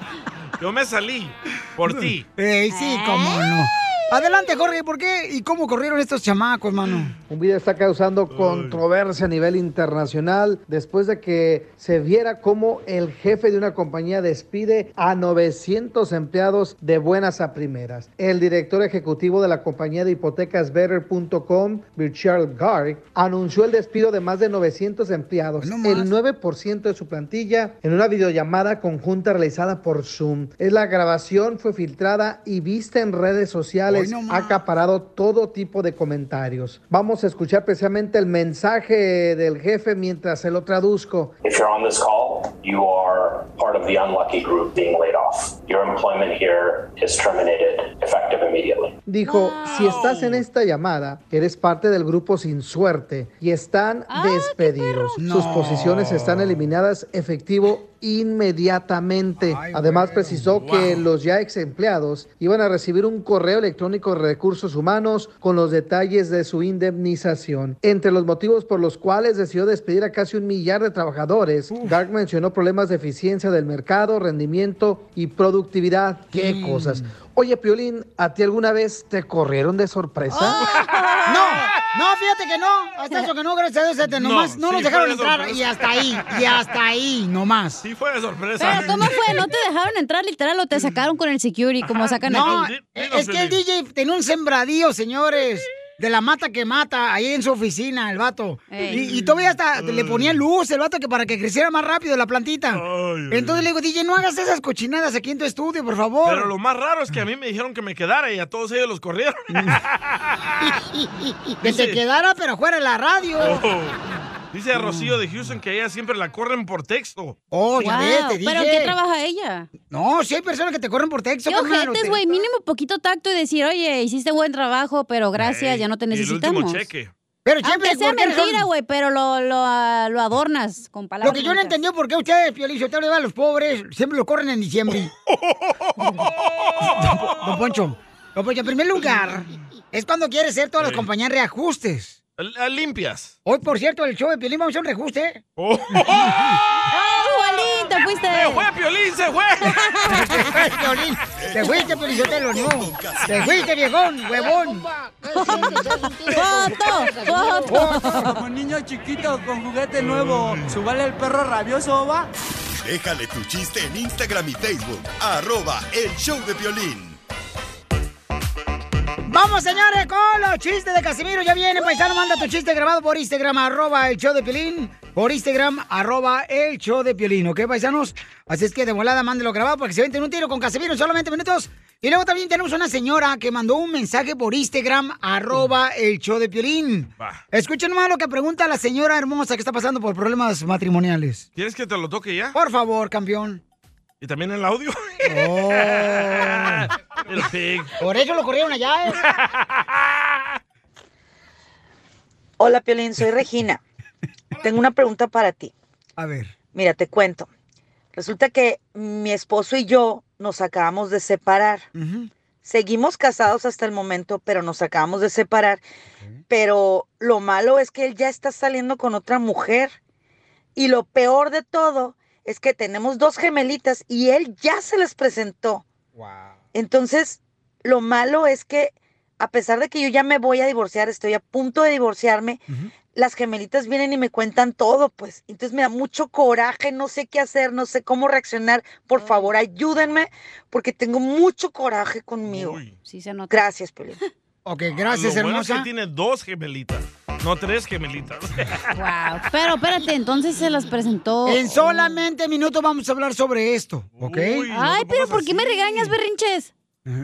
Yo me salí por ti. Ey, sí, cómo no. Adelante, Jorge, ¿por qué y cómo corrieron estos chamacos, mano? Un video está causando controversia a nivel internacional después de que se viera cómo el jefe de una compañía despide a 900 empleados de buenas a primeras. El director ejecutivo de la compañía de hipotecas Better.com, Richard Garrick, anunció el despido de más de 900 empleados, el 9% de su plantilla, en una videollamada conjunta realizada por Zoom. Es La grabación fue filtrada y vista en redes sociales, Hoy no Pues, ha acaparado todo tipo de comentarios. Vamos a escuchar precisamente el mensaje del jefe mientras se lo traduzco. If you're on this call, you are part of the unlucky group being laid off. Your employment here is terminated effective immediately. Dijo, si estás en esta llamada, eres parte del grupo sin suerte y están despedidos. Sus posiciones están eliminadas efectivo inmediatamente. Además, precisó que los ya ex empleados iban a recibir un correo electrónico de recursos humanos con los detalles de su indemnización. Entre los motivos por los cuales decidió despedir a casi un millar de trabajadores, Dark mencionó problemas de eficiencia del mercado, rendimiento y productividad. ¡Qué cosas! Oye, Piolín, ¿a ti alguna vez te corrieron de sorpresa? No, no, fíjate que no. Hasta eso que no, gracias a Dios, este, No, nomás no sí nos dejaron fue entrar sorpresa. y hasta ahí, y hasta ahí, nomás. Sí fue de sorpresa. Pero ¿cómo fue? ¿No te dejaron entrar literal Mm. o te sacaron con el security como sacan No, eh, aquí? es que el DJ tenía un sembradío, señores, de la mata que mata ahí en su oficina, el vato. Ey. Y, y todavía hasta le ponía luz el vato que para que creciera más rápido la plantita. Entonces le digo, DJ, no hagas esas cochinadas aquí en tu estudio, por favor. Pero lo más raro es que a mí me dijeron que me quedara y a todos ellos los corrieron. Que te quedara, pero fuera de la radio. Oh. Dice a Rocío de Houston que a ella siempre la corren por texto. Mm. Oh, ya ves, te ¿Pero en dije. qué trabaja ella? No, si hay personas que te corren por pues, texto. Qué carnal, ojetes, te- güey. Mínimo poquito tacto y decir, oye, hiciste buen trabajo, pero gracias, ya no te necesitamos. Pero siempre, Aunque sea ¿por qué razón? mentira, güey, pero lo, lo, ah, lo adornas con palabras. Lo que yo no entendí por qué ustedes, Piolín, te a los pobres, siempre los corren en diciembre. don, Po- Don Poncho, Don Poncho, en primer lugar, es cuando quieres hacer todas las compañías reajustes. L- a limpias. Hoy, por cierto, el show de Piolín vamos a hacer un reajuste. ¡Oh! ¡Te fuiste! ¡Se fue, Piolín, se fue! Piolín, te fuiste, Piolín, yo te lo no. Te fuiste, viejón, huevón. ¡Foto! ¡Foto! Como niño chiquito con juguete nuevo, ¿subale el perro rabioso, va? Déjale tu chiste en Instagram y Facebook. Arroba el show de violín. Vamos, señores, con los chistes de Casimiro. Ya viene, paisano, manda tu chiste grabado por Instagram, arroba el show de Piolín. Por Instagram, arroba el show de Piolín, ¿ok, paisanos? Así es que de volada, mándelo grabado para que se venten un tiro con Casimiro en solamente minutos. Y luego también tenemos una señora que mandó un mensaje por Instagram, arroba el show de Piolín. Escuchen nomás lo que pregunta la señora hermosa que está pasando por problemas matrimoniales. ¿Quieres que te lo toque ya? Por favor, campeón. ¿Y también el audio? Oh. El pig. Por eso lo corrieron allá, ¿eh? Hola, Piolín, soy Regina. Tengo una pregunta para ti. A ver. Mira, te cuento. Resulta que mi esposo y yo nos acabamos de separar. Mm. Seguimos casados hasta el momento, pero nos acabamos de separar. Pero lo malo es que él ya está saliendo con otra mujer. Y lo peor de todo es que tenemos dos gemelitas y él ya se les presentó. Entonces, lo malo es que a pesar de que yo ya me voy a divorciar, estoy a punto de divorciarme, las gemelitas vienen y me cuentan todo, pues. Entonces me da mucho coraje, no sé qué hacer, no sé cómo reaccionar. Por favor, ayúdenme porque tengo mucho coraje conmigo. Sí, se nota. Gracias, Pelín. ok, lo bueno es que tiene dos gemelitas, no tres gemelitas. Wow. Pero espérate, entonces se las presentó. En solamente minutos vamos a hablar sobre esto, ¿ok? Ay, pero ¿por qué me regañas, berrinches?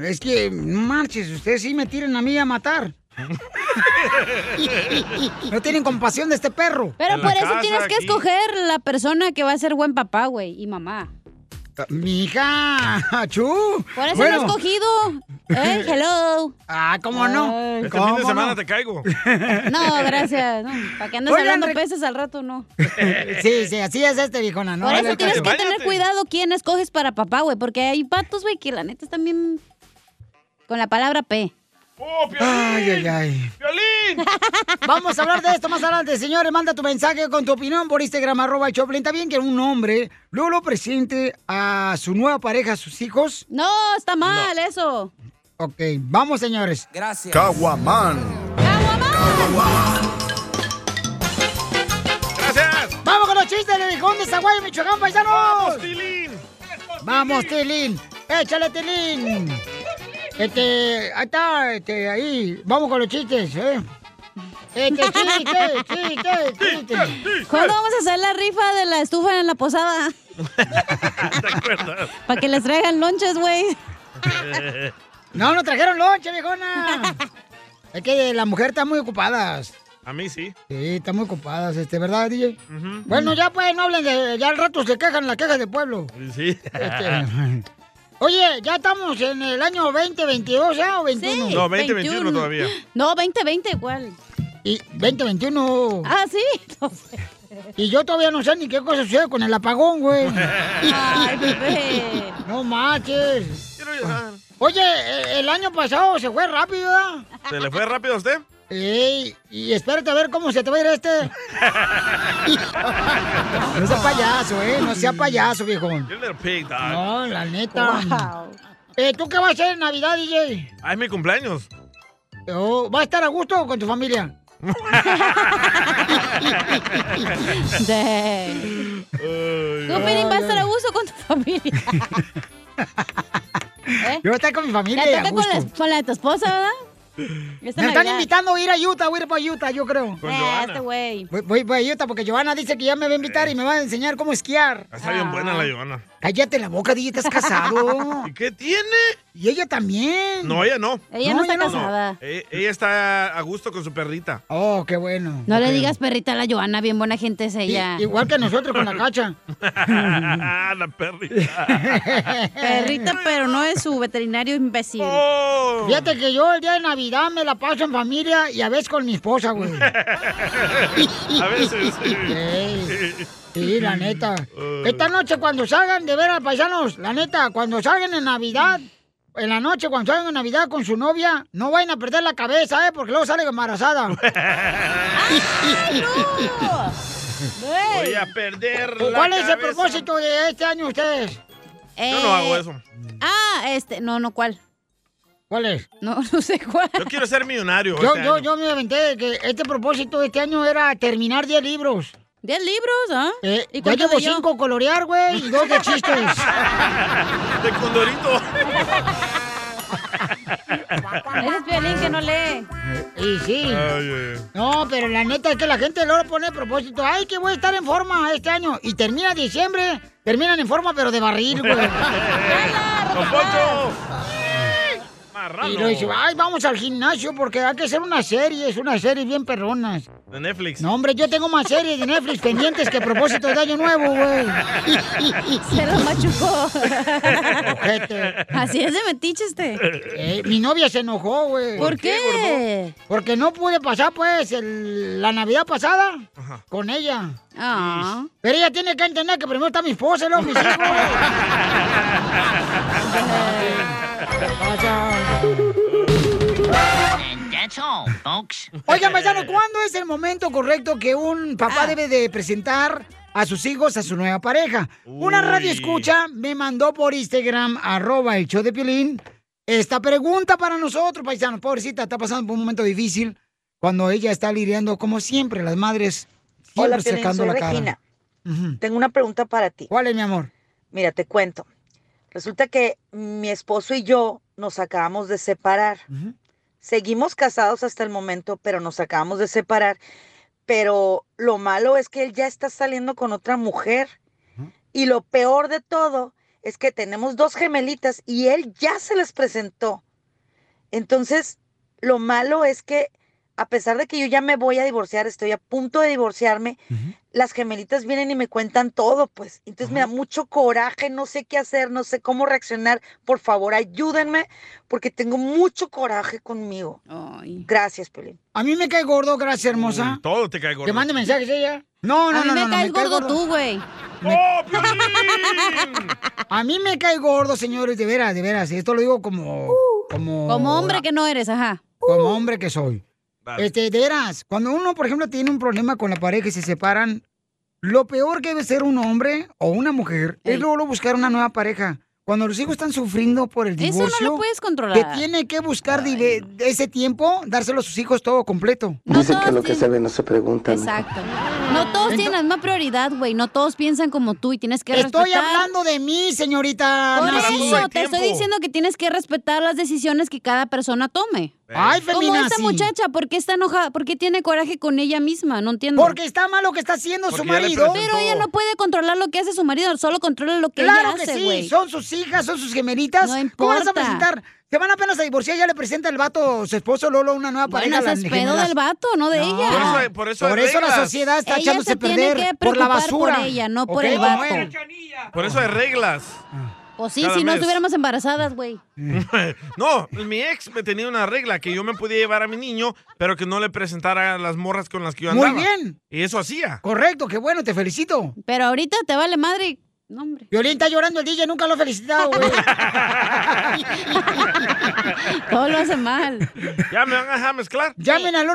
Es que, no marches, ustedes sí me tiran a mí a matar. no tienen compasión de este perro. Pero por eso tienes que escoger la persona que va a ser buen papá, güey, y mamá. Ah, Mi hija, chú. Por eso Bueno. lo he escogido. Hey, hello. Ah, ¿cómo no? Este ¿Cómo fin de semana no? te caigo. No, gracias. No. ¿Para qué andas Oigan, hablando Rick- peces al rato? No. Sí, sí, así es este viejona, ¿no? Por eso tienes que tener cuidado quién escoges para papá, güey, porque hay patos, güey, que la neta están bien con la palabra P. ¡Oh, Ay, ay, ay. Vamos a hablar de esto más adelante, señores. Manda tu mensaje con tu opinión por Instagram, arroba el Choplin. Está bien que un hombre luego lo presente a su nueva pareja, a sus hijos. No, está mal eso. Ok, vamos, señores. Gracias. Caguaman. ¡Gracias! ¡Vamos con los chistes del viejón de Zaguayo, Michoacán, paisanos! ¡Vamos, Tilín! ¡Vamos, Tilín! ¡Échale, Tilín! Este, ahí está, este, ahí. Vamos con los chistes, ¿eh? Este, chiste, chiste, chiste. ¿Cuándo vamos a hacer la rifa de la estufa en la posada? Para que les traigan lonches, güey. No, no trajeron lonche, viejona. Es que la mujer está muy ocupadas. A mí sí. Sí, están muy ocupadas, este, ¿verdad, DJ? Bueno, ya pues, no hablen de. Ya al rato se quejan las quejas del pueblo. Sí. Este. Oye, ya estamos en el año 2022, ¿ya? ¿O 21? No, 20, 21 todavía. No, 2020 igual. Y 2021. Ah, sí. Y yo todavía no sé ni qué cosa sucede con el apagón, güey. Ay, bebé. No manches. Oye, e- el año pasado se fue rápido, ¿verdad? ¿Se le fue rápido a usted? Ey, y espérate a ver cómo se te va a ir este. no sea payaso, ¿eh? No sea payaso, viejón. You're a little pig, dog. No, la neta. Eh, ¿Tú qué vas a hacer en Navidad, DJ? Ah, es mi cumpleaños. Oh, ¿Vas a estar a gusto con tu familia? ¿Tú, Pelín, vas a estar a gusto con tu familia? Yo voy a estar con mi familia. ¿La a ¿eh? toca con gusto. la, con la de tu esposa, verdad? Esta Me están Navidad. invitando a ir a Utah, voy a ir para Utah, yo creo. Eh, Johanna. este güey. Voy, voy para Utah porque Giovanna dice que ya me va a invitar y me va a enseñar cómo esquiar. Eh. Ah, Está Ah. bien buena la Giovanna. Cállate la boca, DJ, estás casado. ¿Y qué tiene? Y ella también. No, ella no. Ella no está casada. Eh, Ella está a gusto con su perrita. Oh, qué bueno. No le digas perrita a la Joana, bien buena gente es ella. igual que nosotros con la cacha. la perrita. Perrita, pero no es su veterinario imbécil. Fíjate que yo el día de Navidad me la paso en familia y a veces con mi esposa, güey. a veces. Ey, Sí, la neta. Esta noche cuando salgan de ver a paisanos, la neta, cuando salgan en Navidad, en la noche cuando salgan en Navidad con su novia, no vayan a perder la cabeza, ¿eh? Porque luego sale embarazada. Voy a perder la ¿Cuál es el cabeza. propósito de este año ustedes? Yo no hago eso. Eh, Ah, este, no, no, ¿cuál? ¿Cuál es? No, no sé cuál. Yo quiero ser millonario. Yo, este yo, año. yo me aventé de que este propósito de este año era terminar 10 libros. ¿10 libros, ah? ¿Y ya cuánto llevo leyó? 5 colorear, güey, y 2 de chistes. De Condorito. Ese es Piolín que no lee. Y sí. Ay, ay, ay. No, pero la neta es que la gente luego pone a propósito. Ay, que voy a estar en forma este año. Y termina diciembre. Terminan en forma, pero de barril, güey. ¡Don Poncho! Y luego dice, ay, vamos al gimnasio porque hay que hacer unas series, unas series bien perronas. De Netflix. No, hombre, yo tengo más series de Netflix pendientes que propósito de año nuevo, güey. Se lo machucó. Ojete. Así es de metiche este. Eh, mi novia se enojó, güey. ¿Por qué? Porque no pude pasar, pues, el- la Navidad pasada con ella. Ah. Pero ella tiene que entender que primero está mi esposa y luego mis hijos. That's all, folks. Oigan, paisano, ¿cuándo es el momento correcto que un papá debe de presentar a sus hijos a su nueva pareja? Una Uy. radio escucha me mandó por Instagram, arroba el show de Piolín, esta pregunta para nosotros, paisanos. Pobrecita, está pasando por un momento difícil cuando ella está lidiando, como siempre, las madres siempre Hola, Piolín, sacando soy la Regina. cara. Ujú. Tengo una pregunta para ti. ¿Cuál es, mi amor? Mira, te cuento. Resulta que mi esposo y yo nos acabamos de separar. Seguimos casados hasta el momento, pero nos acabamos de separar. Pero lo malo es que él ya está saliendo con otra mujer. Y lo peor de todo es que tenemos dos gemelitas y él ya se les presentó. Entonces, lo malo es que a pesar de que yo ya me voy a divorciar, estoy a punto de divorciarme, las gemelitas vienen y me cuentan todo, pues. Entonces me da mucho coraje, no sé qué hacer, no sé cómo reaccionar. Por favor, ayúdenme porque tengo mucho coraje conmigo. Gracias, Pelín. A mí me cae gordo, gracias, hermosa. Todo te cae gordo. ¿Te mande mensajes ella? No, no, A mí no, me no, no, caes gordo tú, güey. A mí me cae gordo, señores, de veras, de veras. Esto lo digo como... Como, Uh. Como hombre que Uh. no eres, ajá. Como hombre que soy. Este, de veras, cuando uno, por ejemplo, tiene un problema con la pareja y se separan, lo peor que debe ser un hombre o una mujer es luego luego buscar una nueva pareja. Cuando los hijos están sufriendo por el Eso no divorcio... lo puedes controlar. Que tiene que buscar dive- ese tiempo, dárselo a sus hijos todo completo. Dicen que lo que se ve no se pregunta. mijo. Exacto. No todos tienen la misma prioridad, güey. No todos piensan como tú y tienes que Estoy respetar. hablando de mí, señorita. Por Nancy. eso, te estoy diciendo que tienes que respetar las decisiones que cada persona tome. Ay, Como feminazi. esta muchacha, ¿por qué está enojada? ¿Por qué tiene coraje con ella misma? No entiendo. Porque está mal lo que está haciendo su Porque ya le marido. presentó. Pero ella no puede controlar lo que hace su marido, solo controla lo que Claro ella que hace, sí, güey. son sus hijas, son sus gemelitas. No ¿Cómo las vas a importa. presentar? Se van apenas a divorciar, ya le presenta el vato, su esposo Lolo, una nueva Bueno, pareja. ese las es pedo gemelas. del vato, no de ella. Por eso- por eso hay la reglas. sociedad está Ella echándose se a tiene perder que por la preocupar por basura. ella, no por ¿Ok? el ¿Cómo vato. es? Por eso hay reglas. O sí, Cada si no mes. estuviéramos embarazadas, güey. Mm. no, mi ex me tenía una regla que yo me podía llevar a mi niño, pero que no le presentara a las morras con las que yo Muy andaba. bien. Y eso hacía. Correcto, qué bueno, te felicito. Pero ahorita te vale madre. No, hombre. Violín está llorando el DJ, nunca lo he felicitado, güey. Todo lo hace mal. Ya me van a dejar mezclar. Llamen al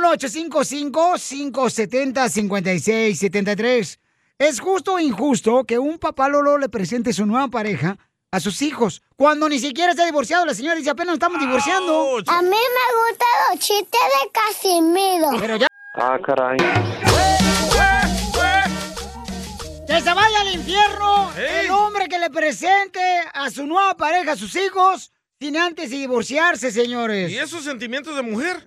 1-855-570-5673. Es justo o injusto que un papá Lolo le presente su nueva pareja a sus hijos cuando ni siquiera está divorciado. La señora dice, apenas estamos divorciando. A mí me gustan los chistes de Casimiro. Pero ya... Ah, caray. ¡Que se vaya al infierno el hombre que le presente a su nueva pareja, a sus hijos, sin antes de divorciarse, señores! ¿Y esos sentimientos de mujer?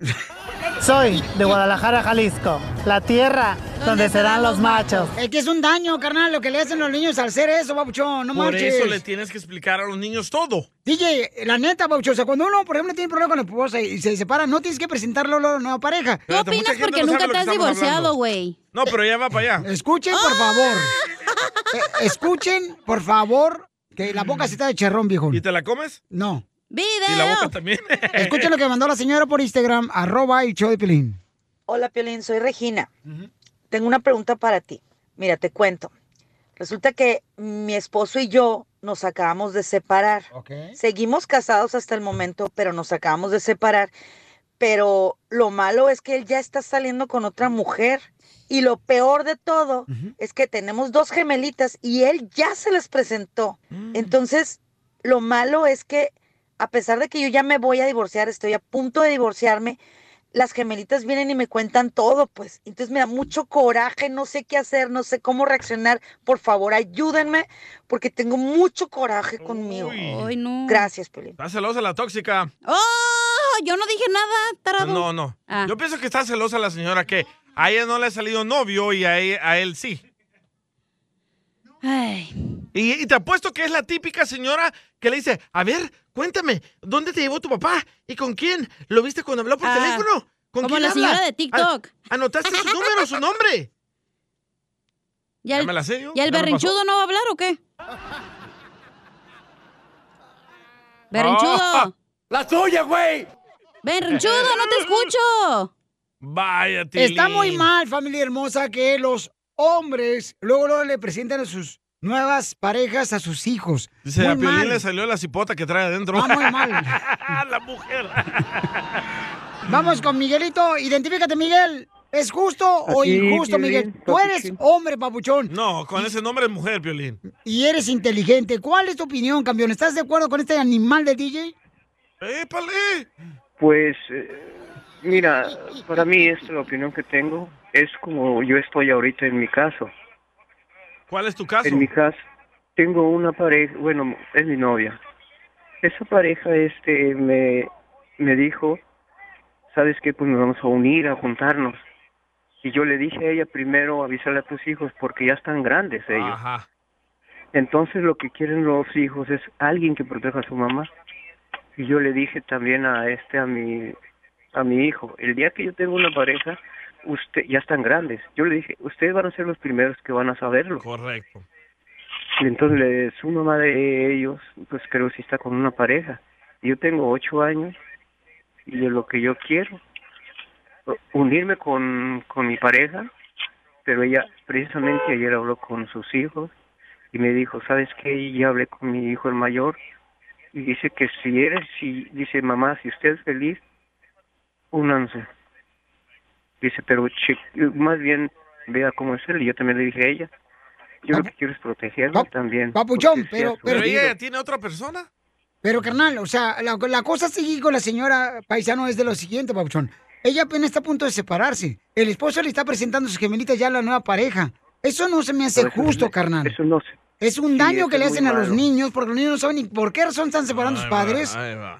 Soy de Guadalajara, Jalisco, la tierra donde serán los machos. Es que es un daño, carnal, lo que le hacen los niños al hacer eso, babuchón. No Por marches. eso le tienes que explicar a los niños todo. DJ, la neta, Baucho, o sea, cuando uno, por ejemplo, tiene problema con la esposa y se separa, no tienes que presentarlo a la nueva pareja. ¿Tú Espérate, opinas mucha gente porque no sabe nunca lo que te has estamos divorciado, Ah. hablando. güey? No, pero ya va para allá. Escuchen, por favor. Eh, escuchen, por favor, que la boca se está de cherrón, viejo. ¿Y te la comes? Eh, No. Y la boca también. Escuchen lo que mandó la señora por Instagram, arroba el show de Pilín. Hola, Piolín, soy Regina. Tengo una pregunta para ti. Mira, te cuento. Resulta que mi esposo y yo nos acabamos de separar. Seguimos casados hasta el momento, pero nos acabamos de separar. Pero lo malo es que él ya está saliendo con otra mujer. Y lo peor de todo es que tenemos dos gemelitas y él ya se les presentó. Entonces, lo malo es que a pesar de que yo ya me voy a divorciar, estoy a punto de divorciarme, las gemelitas vienen y me cuentan todo, pues. Entonces me da mucho coraje, no sé qué hacer, no sé cómo reaccionar. Por favor, ayúdenme porque tengo mucho coraje conmigo. Ay, no. Gracias, Pelín. Está celosa la tóxica. ¡Oh! Yo no dije nada, tarado. No, no. Ah. Yo pienso que está celosa la señora que a ella no le ha salido novio y a, e- a él sí. Ay. Y, y te apuesto que es la típica señora que le dice, a ver, cuéntame, ¿dónde te llevó tu papá? ¿Y con quién? ¿Lo viste cuando habló por Ah, teléfono? ¿Con como quién la habla? señora de TikTok. An- ¿Anotaste su número, su nombre? ¿Y el, me la sé yo, ¿y el ya me berrinchudo pasó. no va a hablar o qué? Ah, ¡Berrinchudo! ¡La tuya, güey! ¡Berrinchudo, no te escucho! Vaya, Tilín. Está muy mal, familia hermosa, que los hombres luego, luego le presentan a sus nuevas parejas a sus hijos. Dice, Muy a Piolín mal. le salió la cipota que trae adentro. Ah, muy mal. la mujer. Vamos con Miguelito. Identifícate, Miguel. ¿Es justo o Aquí, injusto, Piolín, Miguel? Tú eres papuchín. hombre, papuchón. No, con ese nombre es mujer, Piolín. Y eres inteligente. ¿Cuál es tu opinión, campeón? ¿Estás de acuerdo con este animal de DJ? ¡Épale! Pues, eh, mira, para mí esta es la opinión que tengo. Es como yo estoy ahorita en mi caso. ¿Cuál es tu caso? En mi caso, tengo una pareja, bueno, es mi novia. Esa pareja este me, me dijo, ¿sabes qué? Pues nos vamos a unir, a juntarnos. Y yo le dije a ella primero avisarle a tus hijos porque ya están grandes ellos. Ajá. Entonces lo que quieren los hijos es alguien que proteja a su mamá. Y yo le dije también a este a mi a mi hijo, el día que yo tengo una pareja, usted ya están grandes. Yo le dije, ustedes van a ser los primeros que van a saberlo. Correcto. Y entonces le- su mamá de ellos, pues creo que sí está con una pareja. Yo tengo ocho años y de lo que yo quiero, u- unirme con, con mi pareja, pero ella precisamente ayer habló con sus hijos y me dijo, ¿sabes qué? Ya hablé con mi hijo el mayor y dice que si eres, si, dice mamá, si usted es feliz, únanse. Dice, pero che- más bien vea cómo es él y yo también le dije a ella. Yo lo que quiero es protegerlo también. Papuchón, porque sea pero- su ¿Pero marido. ella ya tiene otra persona? Pero, carnal, o sea, la, la cosa sigue con la señora paisano es de lo siguiente, Papuchón. Ella apenas está a punto de separarse. El esposo le está presentando a sus gemelitas ya a la nueva pareja. Eso no se me hace Pero eso justo, es- carnal. Eso no se- Es un daño eso que le es hacen muy a los malo. niños porque los niños no saben ni por qué razón están separando a sus padres.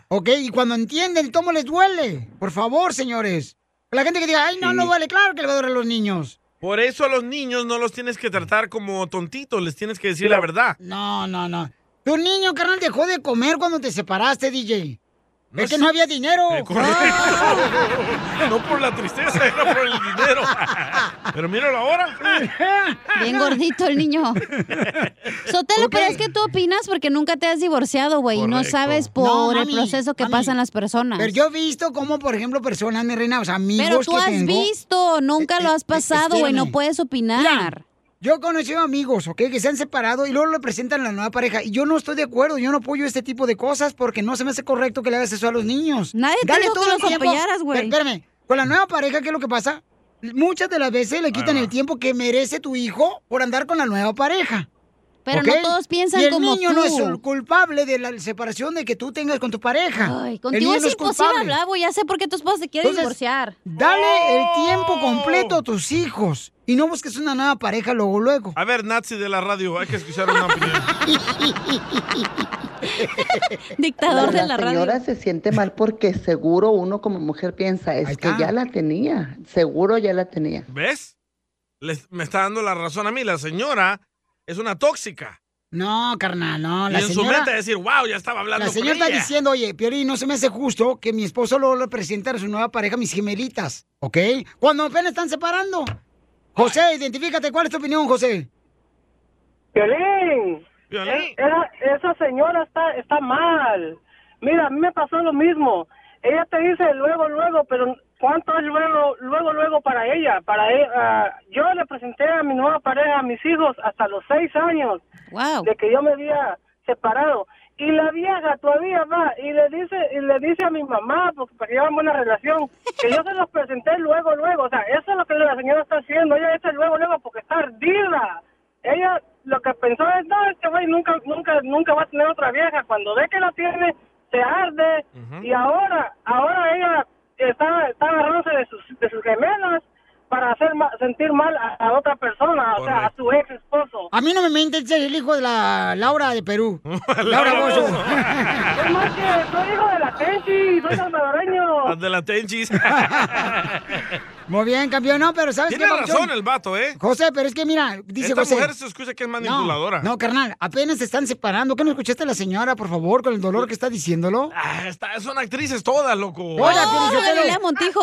Ok, y cuando entienden el tomo les duele. Por favor, señores. La gente que diga, ay, no, Sí. no duele, claro que le va a doler a los niños. Por eso a los niños no los tienes que tratar como tontitos, les tienes que decir la verdad. No, no, no. Tu niño, carnal, dejó de comer cuando te separaste, DJ. No es que es- no había dinero. Ah. Eh, correcto. No por la tristeza, era por el dinero. Pero míralo ahora. Bien gordito el niño. Sotelo, pero es que tú opinas porque nunca te has divorciado, güey, y no Correcto. sabes por No, el mami, proceso que mami. pasan las personas. Pero yo he visto como, por ejemplo, personas, mi reina, o sea, amigos Pero tú que has tengo- visto, nunca Eh, lo has pasado, güey, no espérame. puedes opinar. Mira, yo he conocido amigos, ¿ok? Que se han separado y luego le presentan a la nueva pareja. Y yo no estoy de acuerdo, yo no apoyo este tipo de cosas porque no se me hace correcto que le hagas eso a los niños. Nadie te dijo que el los tiempo- apoyaras, güey. Espérame, Espérame, con la nueva pareja, ¿qué es lo que pasa? Muchas de las veces le quitan el tiempo que merece tu hijo por andar con la nueva pareja. Pero ¿ok? no todos piensan y el como niño tú. no es el culpable de la separación de que tú tengas con tu pareja. Ay, El contigo niño es no imposible culpable. hablar, güey, ya sé por qué tu esposa se quiere Entonces, divorciar. Dale el tiempo completo a tus hijos y no busques una nueva pareja luego luego. A ver, Nazi de la radio, hay que escuchar una opinión. Dictador de la radio. señora se siente mal porque seguro uno como mujer piensa, es que ya la tenía, seguro ya la tenía. ¿Ves? Les- me está dando la razón a mí. La señora es una tóxica. No, carnal, no. y La en su señora- mente decir, wow, ya estaba hablando La señora con está ella. diciendo, oye, Piori, no se me hace justo que mi esposo lo represente a su nueva pareja, mis gemelitas, ¿ok? Cuando apenas están separando. José, identifícate, ¿cuál es tu opinión, José? Piolín, Piolín. Esa, Eh, esa señora está, está mal. Mira, a mí me pasó lo mismo. Ella te dice luego, luego, pero ¿cuánto es luego, luego, luego para ella? Para ella, ah, yo le presenté a mi nueva pareja, a mis hijos, hasta los seis años de que yo me había separado. Y la vieja todavía va y le dice y le dice a mi mamá, porque para que llevamos una relación, que yo se los presenté luego, luego. O sea, eso es lo que la señora está haciendo. Ella dice luego, luego, porque está ardida ella lo que pensó es, no, este güey nunca, nunca, nunca va a tener otra vieja. Cuando ve que la tiene, se arde. Y ahora, ahora ella está, está agarrándose de sus, de sus gemelas para hacer ma- sentir mal a, a otra persona, o sea, a su ex esposo. A mí no me mientes, es el hijo de la Laura de Perú. Laura Bozo. Es más que soy hijo de la Tenchi, soy salvadoreño. Las de la Tenchis. Muy bien, campeón. No, pero ¿sabes Tiene qué, razón Papuchón? el vato, ¿eh? José, pero es que mira, dice Esta José. mujer se escucha que es manipuladora. No, no, carnal, apenas se están separando. ¿Qué no escuchaste a la señora, por favor, con el dolor que está diciéndolo? Ah, está- son actrices todas, loco. Hola, Pelichotelo. Montijo.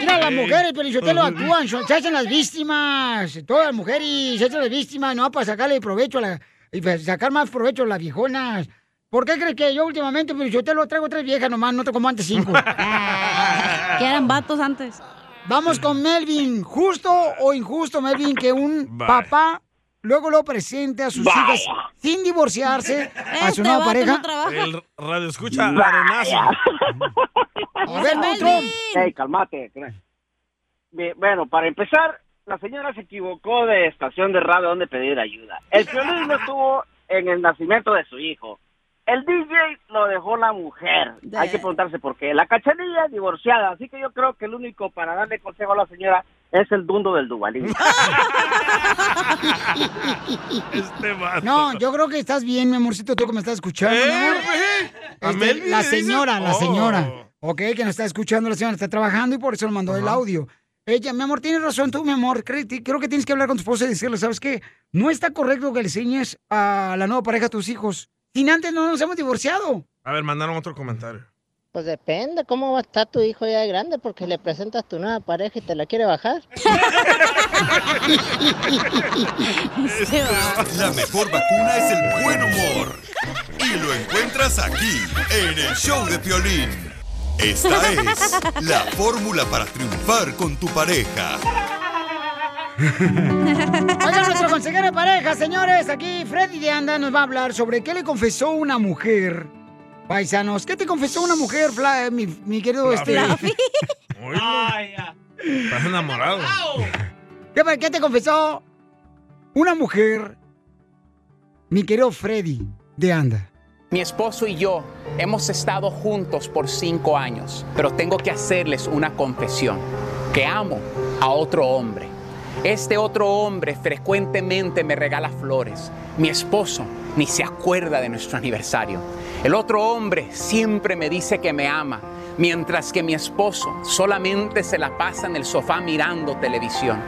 Mira, las Sí. mujeres, Pelichotelo, actúan, son- se hacen las víctimas. Todas las mujeres se hacen las víctimas, no, para sacarle provecho a la. Y para sacar más provecho a las viejonas. ¿Por qué crees que yo últimamente, Pelichotelo, traigo tres viejas nomás, no te como antes cinco? que eran vatos antes. Vamos con Melvin. ¿Justo o injusto, Melvin, que un Vaya. papá luego lo presente a sus Vaya. hijas sin divorciarse a su Este nueva vato pareja? no El radio escucha Vaya. arenazo. A ver, Neutron. Ey, calmate. Bien, Bueno, para empezar, la señora se equivocó de estación de radio donde pedir ayuda. El violín no estuvo en el nacimiento de su hijo. El DJ lo dejó la mujer. Hay que preguntarse por qué. La cachanilla es divorciada, así que yo creo que el único para darle consejo a la señora es el dundo del Dubalín. Este No, yo creo que estás bien, mi amorcito, tú que me estás escuchando. mi amor. ¿Eh? ¿Eh? ¿A Este, Melvin la le dices? señora, la Oh. señora. Ok, que nos está escuchando, la señora está trabajando y por eso nos mandó el audio. Ella, mi amor, tienes razón tú, mi amor. Creo, ti- creo que tienes que hablar con tu esposa y decirle, ¿sabes qué? No está correcto que le enseñes a la nueva pareja a tus hijos. Sin antes no nos hemos divorciado. A ver, mandaron otro comentario. Pues depende cómo va a estar tu hijo ya de grande, porque le presentas tu nueva pareja y te la quiere bajar. La mejor vacuna es el buen humor. Y lo encuentras aquí, en el show de Piolín. Esta es la fórmula para triunfar con tu pareja. Oiga, nuestro consejero de pareja, señores, aquí Freddy de Anda nos va a hablar sobre qué le confesó una mujer. Paisanos, ¿qué te confesó una mujer, Fla- eh, mi, mi querido este? Flafi. Estás enamorado. ¿Qué, ¿Qué te confesó una mujer, mi querido Freddy de Anda? Mi esposo y yo hemos estado juntos por cinco años, pero tengo que hacerles una confesión, que amo a otro hombre. Este otro hombre frecuentemente me regala flores. Mi esposo ni se acuerda de nuestro aniversario. El otro hombre siempre me dice que me ama, mientras que mi esposo solamente se la pasa en el sofá mirando televisión.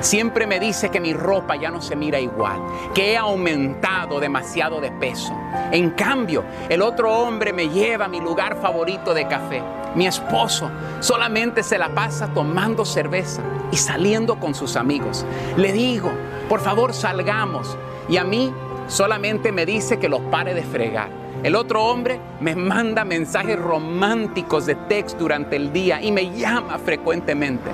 Siempre me dice que mi ropa ya no se mira igual, que he aumentado demasiado de peso. En cambio, el otro hombre me lleva a mi lugar favorito de café. Mi esposo solamente se la pasa tomando cerveza y saliendo con sus amigos. Le digo, por favor salgamos. Y a mí solamente me dice que los pare de fregar. El otro hombre me manda mensajes románticos de text durante el día y me llama frecuentemente.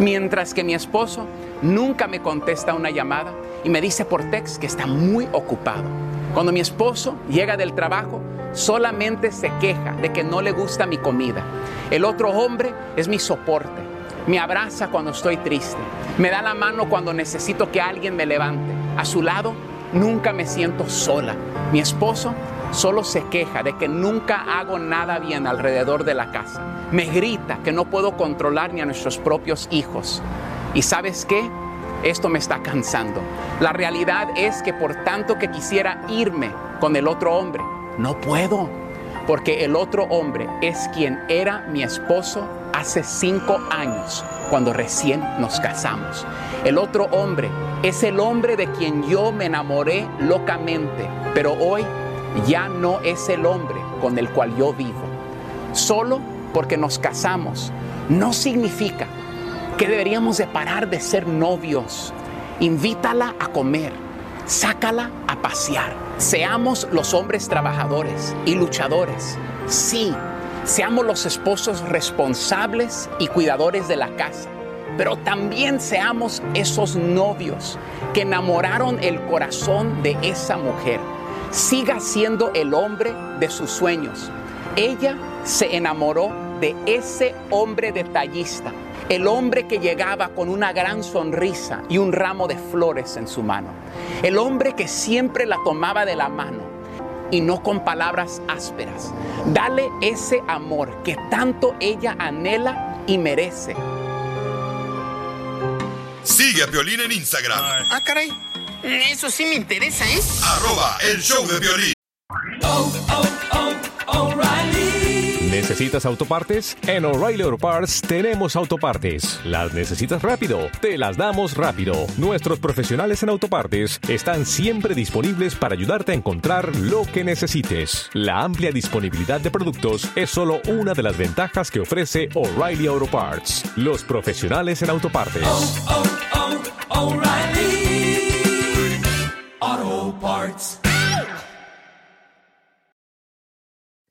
Mientras que mi esposo nunca me contesta una llamada y me dice por text que está muy ocupado. Cuando mi esposo llega del trabajo, solamente se queja de que no le gusta mi comida. El otro hombre es mi soporte. Me abraza cuando estoy triste. Me da la mano cuando necesito que alguien me levante. A su lado nunca me siento sola. Mi esposo solo se queja de que nunca hago nada bien alrededor de la casa. Me grita que no puedo controlar ni a nuestros propios hijos. ¿Y sabes qué? Esto me está cansando. La realidad es que por tanto que quisiera irme con el otro hombre, no puedo porque el otro hombre es quien era mi esposo hace cinco años, cuando recién nos casamos. El otro hombre es el hombre de quien yo me enamoré locamente, pero hoy ya no es el hombre con el cual yo vivo. Solo porque nos casamos no significa que deberíamos de parar de ser novios. Invítala a comer, sácala a pasear. Seamos los hombres trabajadores y luchadores. Sí, seamos los esposos responsables y cuidadores de la casa. Pero también seamos esos novios que enamoraron el corazón de esa mujer. Siga siendo el hombre de sus sueños. Ella se enamoró de ese hombre detallista, el hombre que llegaba con una gran sonrisa y un ramo de flores en su mano, el hombre que siempre la tomaba de la mano y no con palabras ásperas. Dale ese amor que tanto ella anhela y merece. Sigue a Piolín en Instagram. Ah, caray. Eso sí me interesa, ¿eh? Arroba el show de Piolín. Oh, oh, oh, O'Reilly. ¿Necesitas autopartes? En O'Reilly Auto Parts tenemos autopartes. ¿Las necesitas rápido? Te las damos rápido. Nuestros profesionales en autopartes están siempre disponibles para ayudarte a encontrar lo que necesites. La amplia disponibilidad de productos es solo una de las ventajas que ofrece O'Reilly Auto Parts. Los profesionales en autopartes. Oh, O'Reilly Auto Parts.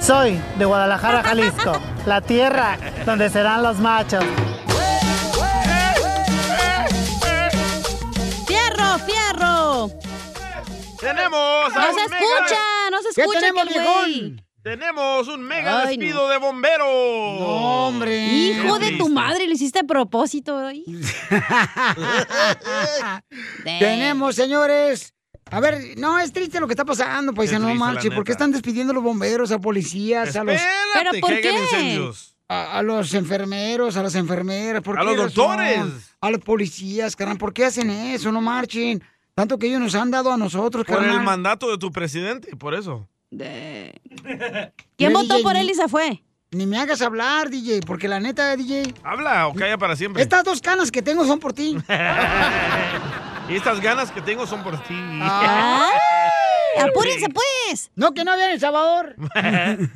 Soy de Guadalajara, Jalisco, la tierra donde serán los machos. ¡Fierro, fierro! Tenemos a ¡No un se mega- escucha! ¡No se escucha! que el güey. Tenemos un mega Ay, despido de bomberos. No, hombre. Hijo de tu madre, lo hiciste a propósito. ay. Tenemos, señores. A ver, no, es triste lo que está pasando, pues no triste, la marche. ¿Por qué neta. están despidiendo a los bomberos, a policías, a los. Espérate, ¿Pero por que hagan qué? incendios. A, a los enfermeros, a las enfermeras, ¿por A qué los razón? doctores. A los policías, carnal, ¿por qué hacen eso? No marchen. Tanto que ellos nos han dado a nosotros, Por el carnal. mandato de tu presidente, por eso. ¿Quién votó DJ, por ni- él y se fue? Ni me hagas hablar, DJ, porque la neta, DJ. Habla o calla para siempre. Estas dos canas que tengo son por ti. Y estas ganas que tengo son por ti. Ah. ¡Apúrense, pues! No, que no había en El Salvador.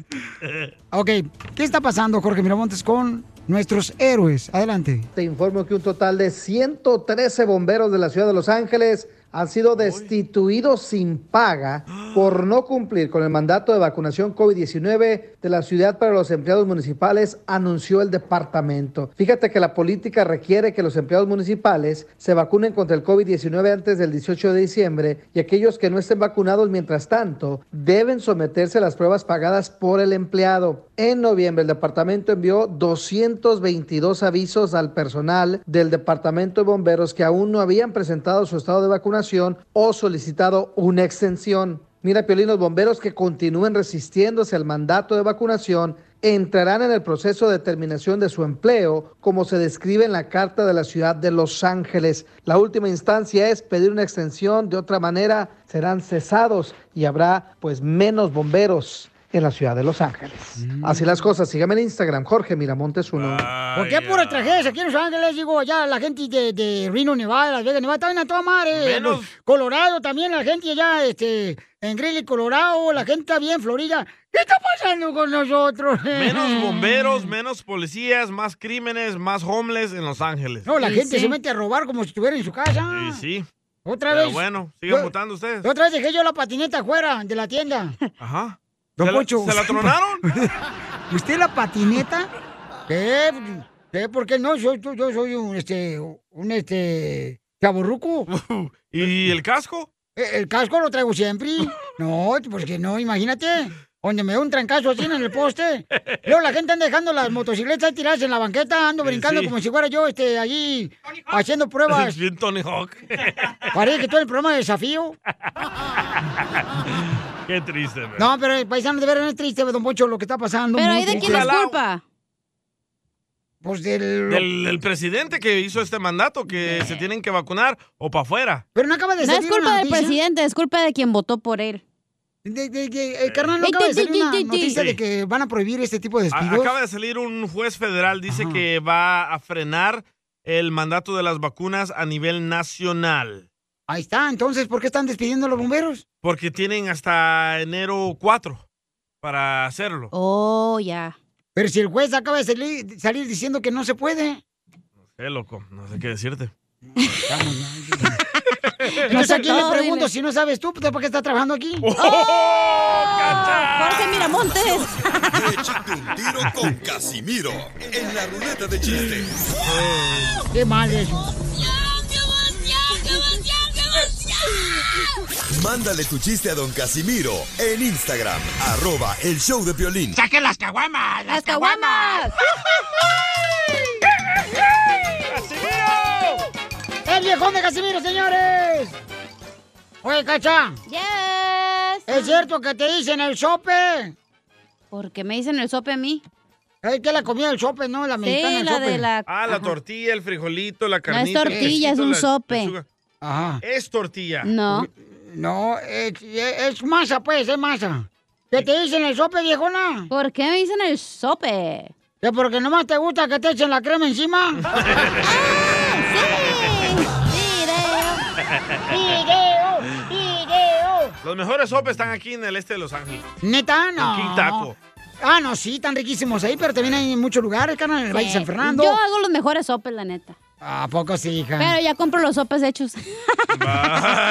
ok, ¿qué está pasando, Jorge Miramontes, con nuestros héroes? Adelante. Te informo que un total de 113 bomberos de la ciudad de Los Ángeles han sido destituidos sin paga por no cumplir con el mandato de vacunación COVID-19 de la ciudad para los empleados municipales, anunció el departamento. Fíjate que la política requiere que los empleados municipales se vacunen contra el COVID-19 antes del 18 de diciembre y aquellos que no estén vacunados mientras tanto deben someterse a las pruebas pagadas por el empleado. En noviembre el departamento envió 222 avisos al personal del departamento de bomberos que aún no habían presentado su estado de vacunación o solicitado una extensión. Mira, Piolín, los bomberos que continúen resistiéndose al mandato de vacunación entrarán en el proceso de terminación de su empleo, como se describe en la Carta de la Ciudad de Los Ángeles. La última instancia es pedir una extensión, de otra manera serán cesados y habrá pues menos bomberos en la Ciudad de Los Ángeles. Mm. Así las cosas, sígame en Instagram, Jorge Miramontes uno. ¿Por qué puras tragedias aquí en Los Ángeles? Digo, allá la gente de, de Reno, Nevada, Las Vegas, Nevada, también a toda madre. Menos. Los- Colorado también, la gente allá, este, en Greeley, Colorado, la gente está bien, Florida. ¿Qué está pasando con nosotros? Menos bomberos, menos policías, más crímenes, más homeless en Los Ángeles. No, la gente se mete a robar como si estuviera en su casa. Y sí. Otra Pero vez. bueno, sigan Yo- votando ustedes. Otra vez dejé yo la patineta afuera de la tienda. Ajá. Don ¿Se la- Poncho. ¿Se la tronaron? ¿Usted la patineta? ¿Qué? ¿Qué? ¿Por qué no? Yo, yo- yo soy un, este, un, este, chaborruco. ¿Y el casco? Eh, El casco lo traigo siempre. No, porque no, imagínate. Donde me da un trancazo así en el poste. Luego la gente anda dejando las motocicletas tiradas en la banqueta, ando brincando Eh, sí. como si fuera yo, este, allí, haciendo pruebas. Bien Tony Hawk. Parece que todo el programa de desafío. Qué triste, man. No, pero el paisano de veras es triste, don Poncho, lo que está pasando. Pero muy ¿y de triste. quién es culpa? Pues del... Del, del presidente que hizo este mandato que se tienen que vacunar o para afuera. Pero no acaba de No salir es culpa una del noticia. presidente, es culpa de quien votó por él. De, de, de- eh, carnal, ¿no acaba de salir una noticia de que van a prohibir este tipo de A- despidos? acaba de salir un juez federal, dice que va a frenar el mandato de las vacunas a nivel nacional. Ahí está, entonces, ¿por qué están despidiendo a los bomberos? Porque tienen hasta enero 4 para hacerlo. Oh, ya. Pero si el juez acaba de salir, salir diciendo que no se puede. Qué loco, no sé qué decirte. Entonces, ¿a quién le todo, pregunto dile. si no sabes tú? pues, ¿Para qué estás trabajando aquí? ¡Oh, ¡Oh! Jorge Miramontes. Échate un tiro con Casimiro en la ruleta de chistes. ¡Qué mal es! Mándale tu chiste a don Casimiro en Instagram, arroba el show de violín. ¡Saque las caguamas! ¡Las caguamas! ¡Casimiro! ¡El viejón de Casimiro, señores! Oye, Cacha. Yes. ¿Es cierto que te dicen el sope? ¿Por qué me dicen el sope a mí? Es que la comida del sope, ¿no? La Sí, la de la... Ah, la Ajá. tortilla, el frijolito, la carnita. el tortilla, es un quesito, la sope. lechuga. Ajá. Es tortilla. No. No, es, es masa, pues, es masa. ¿Qué te dicen el sope, viejona? ¿Por qué me dicen el sope? ¿Que porque nomás te gusta que te echen la crema encima? ¡Video! ¡Video! Los mejores sopes están aquí en el este de Los Ángeles. ¿Neta? En No. King Taco. Ah, no, sí, están riquísimos ahí, pero también hay en muchos lugares, carnal, en el Valle de San Fernando. Eh, Yo hago los mejores sopes, la neta. ¿A poco sí, hija? Pero ya compro los sopes hechos.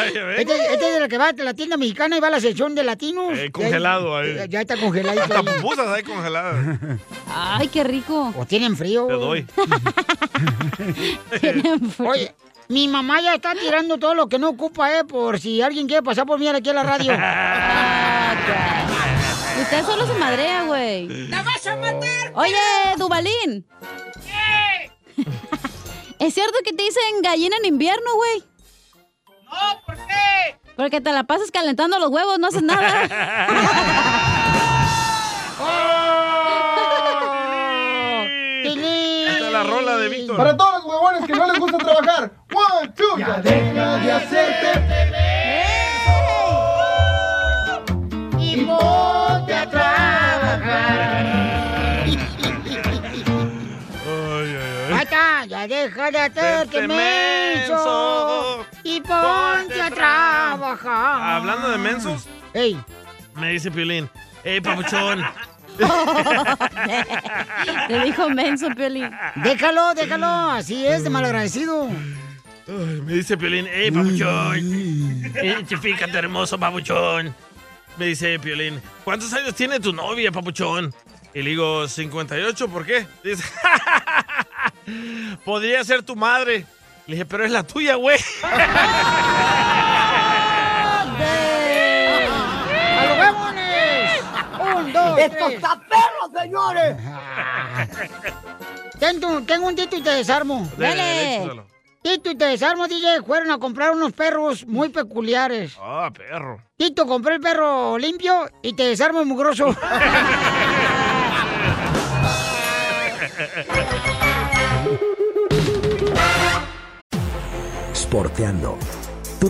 Este, este es de la que va a la tienda mexicana y va a la sección de latinos. Eh, congelado ahí. Ya, ya está congelado. Hasta pupusas hay congeladas. Ay, qué rico. O tienen frío. Te doy. Oye, mi mamá ya está tirando todo lo que no ocupa, eh, por si alguien quiere pasar por mí aquí a la radio. Usted solo se madrea, güey. ¡La vas a matar! Oye, Dubalín. ¿Es cierto que te dicen gallina en invierno, güey? No, ¿por qué? Porque te la pasas calentando los huevos, no haces nada. Esta es la rola de Víctor. Para todos los huevones que no les gusta trabajar. One, two. Ya deja de hacerte Y ponte a trabajar. Ahí está, ya deja de hacerte Vente menso menso. y ponte a trabajar. Hablando de mensos. Ah. Ey. Me dice Piolín. Ey, papuchón. Te dijo menso, Piolín. Déjalo, déjalo, así es, de malagradecido. Ay, me dice Piolín. Ey, papuchón. Identifícate, hermoso papuchón. Me dice Piolín. ¿Cuántos años tiene tu novia, papuchón? Y le digo, 58, ¿por qué? Dice, podría ser tu madre. Le dije, pero es la tuya, güey. ¡A los huevones! ¡Un, dos, ¡Esto tres! está perro, señores! Tengo, tengo un tito y te desarmo. Dale, dale, échaselo. Tito y te desarmo, DJ. Fueron a comprar unos perros muy peculiares. Ah, perro. Tito, compré el perro limpio y te desarmo el mugroso. Sporteando. Tu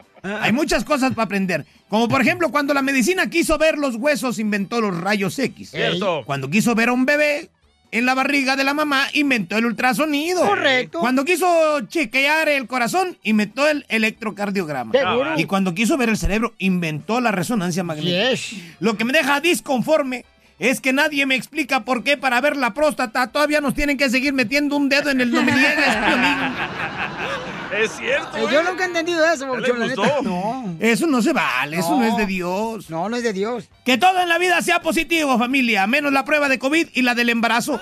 Hay muchas cosas para aprender. Como por ejemplo, cuando la medicina quiso ver los huesos, inventó los rayos X. Cierto. Cuando quiso ver a un bebé en la barriga de la mamá, inventó el ultrasonido. Correcto. Cuando quiso chequear el corazón, inventó el electrocardiograma. Seguro. Y cuando quiso ver el cerebro, inventó la resonancia magnética. Lo que me deja disconforme es que nadie me explica por qué para ver la próstata todavía nos tienen que seguir metiendo un dedo en el no me niegues, Piolín. Es cierto. Eh, yo nunca he entendido eso, le Pabuchón, la gustó? neta. No. Eso no se vale, eso no es de Dios. No, no es de Dios. Que todo en la vida sea positivo, familia, menos la prueba de COVID y la del embarazo.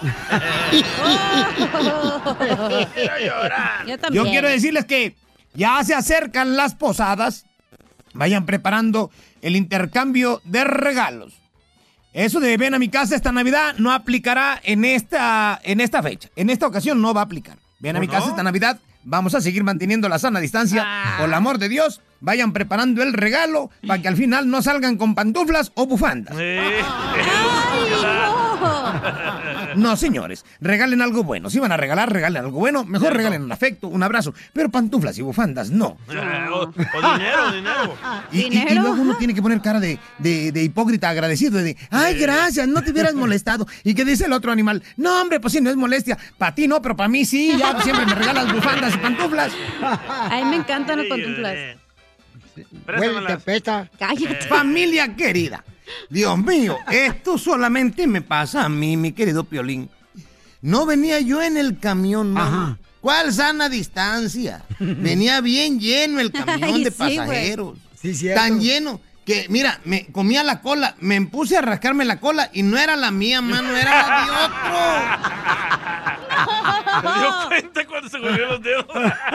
Yo Yo también. quiero decirles que ya se acercan las posadas. Vayan preparando el intercambio de regalos. Eso de ven a mi casa esta Navidad no aplicará en esta, en esta fecha. En esta ocasión no va a aplicar. Ven a ¿O mi casa no? esta Navidad. Vamos a seguir manteniendo la sana distancia. Ah. Por el amor de Dios, vayan preparando el regalo para que al final no salgan con pantuflas o bufandas. No, señores, regalen algo bueno. Si van a regalar, regalen algo bueno. Mejor regalen un afecto, un abrazo. Pero pantuflas y bufandas, no. Eh, o, o dinero, dinero. Y, y- y luego uno tiene que poner cara de, de- de hipócrita agradecido, de, ay, gracias, no te hubieras molestado. ¿Y qué dice el otro animal? No, hombre, pues sí, no es molestia. Para ti no, pero para mí sí, ya siempre me regalas bufandas y pantuflas. A mí me encantan los pantuflas. Cállate. Familia querida, Dios mío, esto solamente me pasa a mí, mi querido Piolín. No venía yo en el camión, mano. ¿Cuál sana distancia? Venía bien lleno el camión Ay, de sí, güey. pasajeros. Tan lleno que, mira, me comía la cola, me puse a rascarme la cola y no era la mía, mano, era la de otro. Me dio cuenta cuando se golpeó los dedos.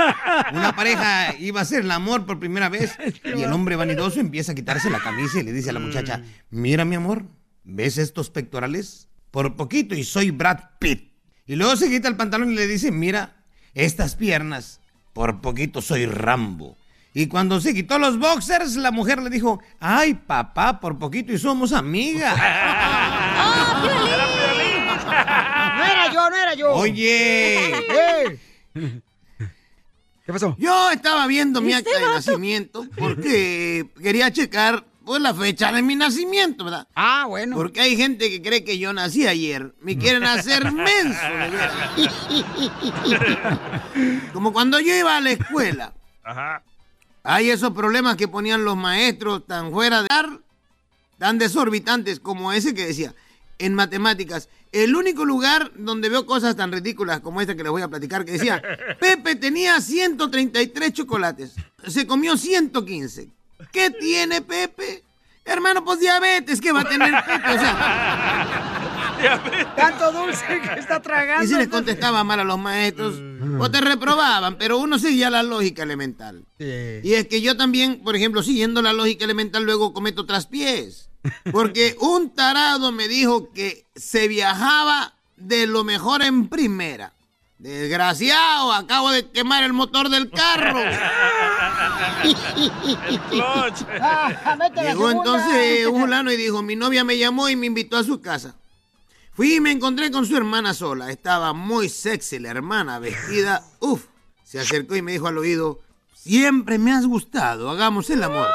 Una pareja iba a hacer el amor por primera vez y el hombre vanidoso empieza a quitarse la camisa y le dice a la muchacha, mira mi amor, ¿ves estos pectorales? Por poquito y soy Brad Pitt. Y luego se quita el pantalón y le dice, mira, estas piernas, por poquito soy Rambo. Y cuando se quitó los boxers, la mujer le dijo, ay papá, por poquito y somos amigas. ¡Ah, No era yo, no era yo. Oye. ¿Qué pasó? Yo estaba viendo mi ¿Este acta de vato? nacimiento porque quería checar pues, la fecha de mi nacimiento, ¿verdad? Ah, bueno. Porque hay gente que cree que yo nací ayer. Me quieren hacer menso, de veras. Como cuando yo iba a la escuela. Ajá. Hay esos problemas que ponían los maestros tan fuera de dar, tan desorbitantes como ese que decía en matemáticas. El único lugar donde veo cosas tan ridículas como esta que les voy a platicar, que decía, Pepe tenía 133 chocolates, se comió 115. ¿Qué tiene Pepe? Hermano, pues diabetes, ¿qué va a tener Pepe? O sea, tanto dulce que está tragando. y si les contestaba mal a los maestros, Mm. o te reprobaban, pero uno seguía la lógica elemental. Y es que yo también, por ejemplo, siguiendo la lógica elemental, luego cometo traspiés. Porque un tarado me dijo que se viajaba de lo mejor en primera. Desgraciado, acabo de quemar el motor del carro. Llegó entonces eh, un fulano y dijo, mi novia me llamó y me invitó a su casa. Fui y me encontré con su hermana sola. Estaba muy sexy la hermana, vestida. Uf, se acercó y me dijo al oído, siempre me has gustado, hagamos el amor.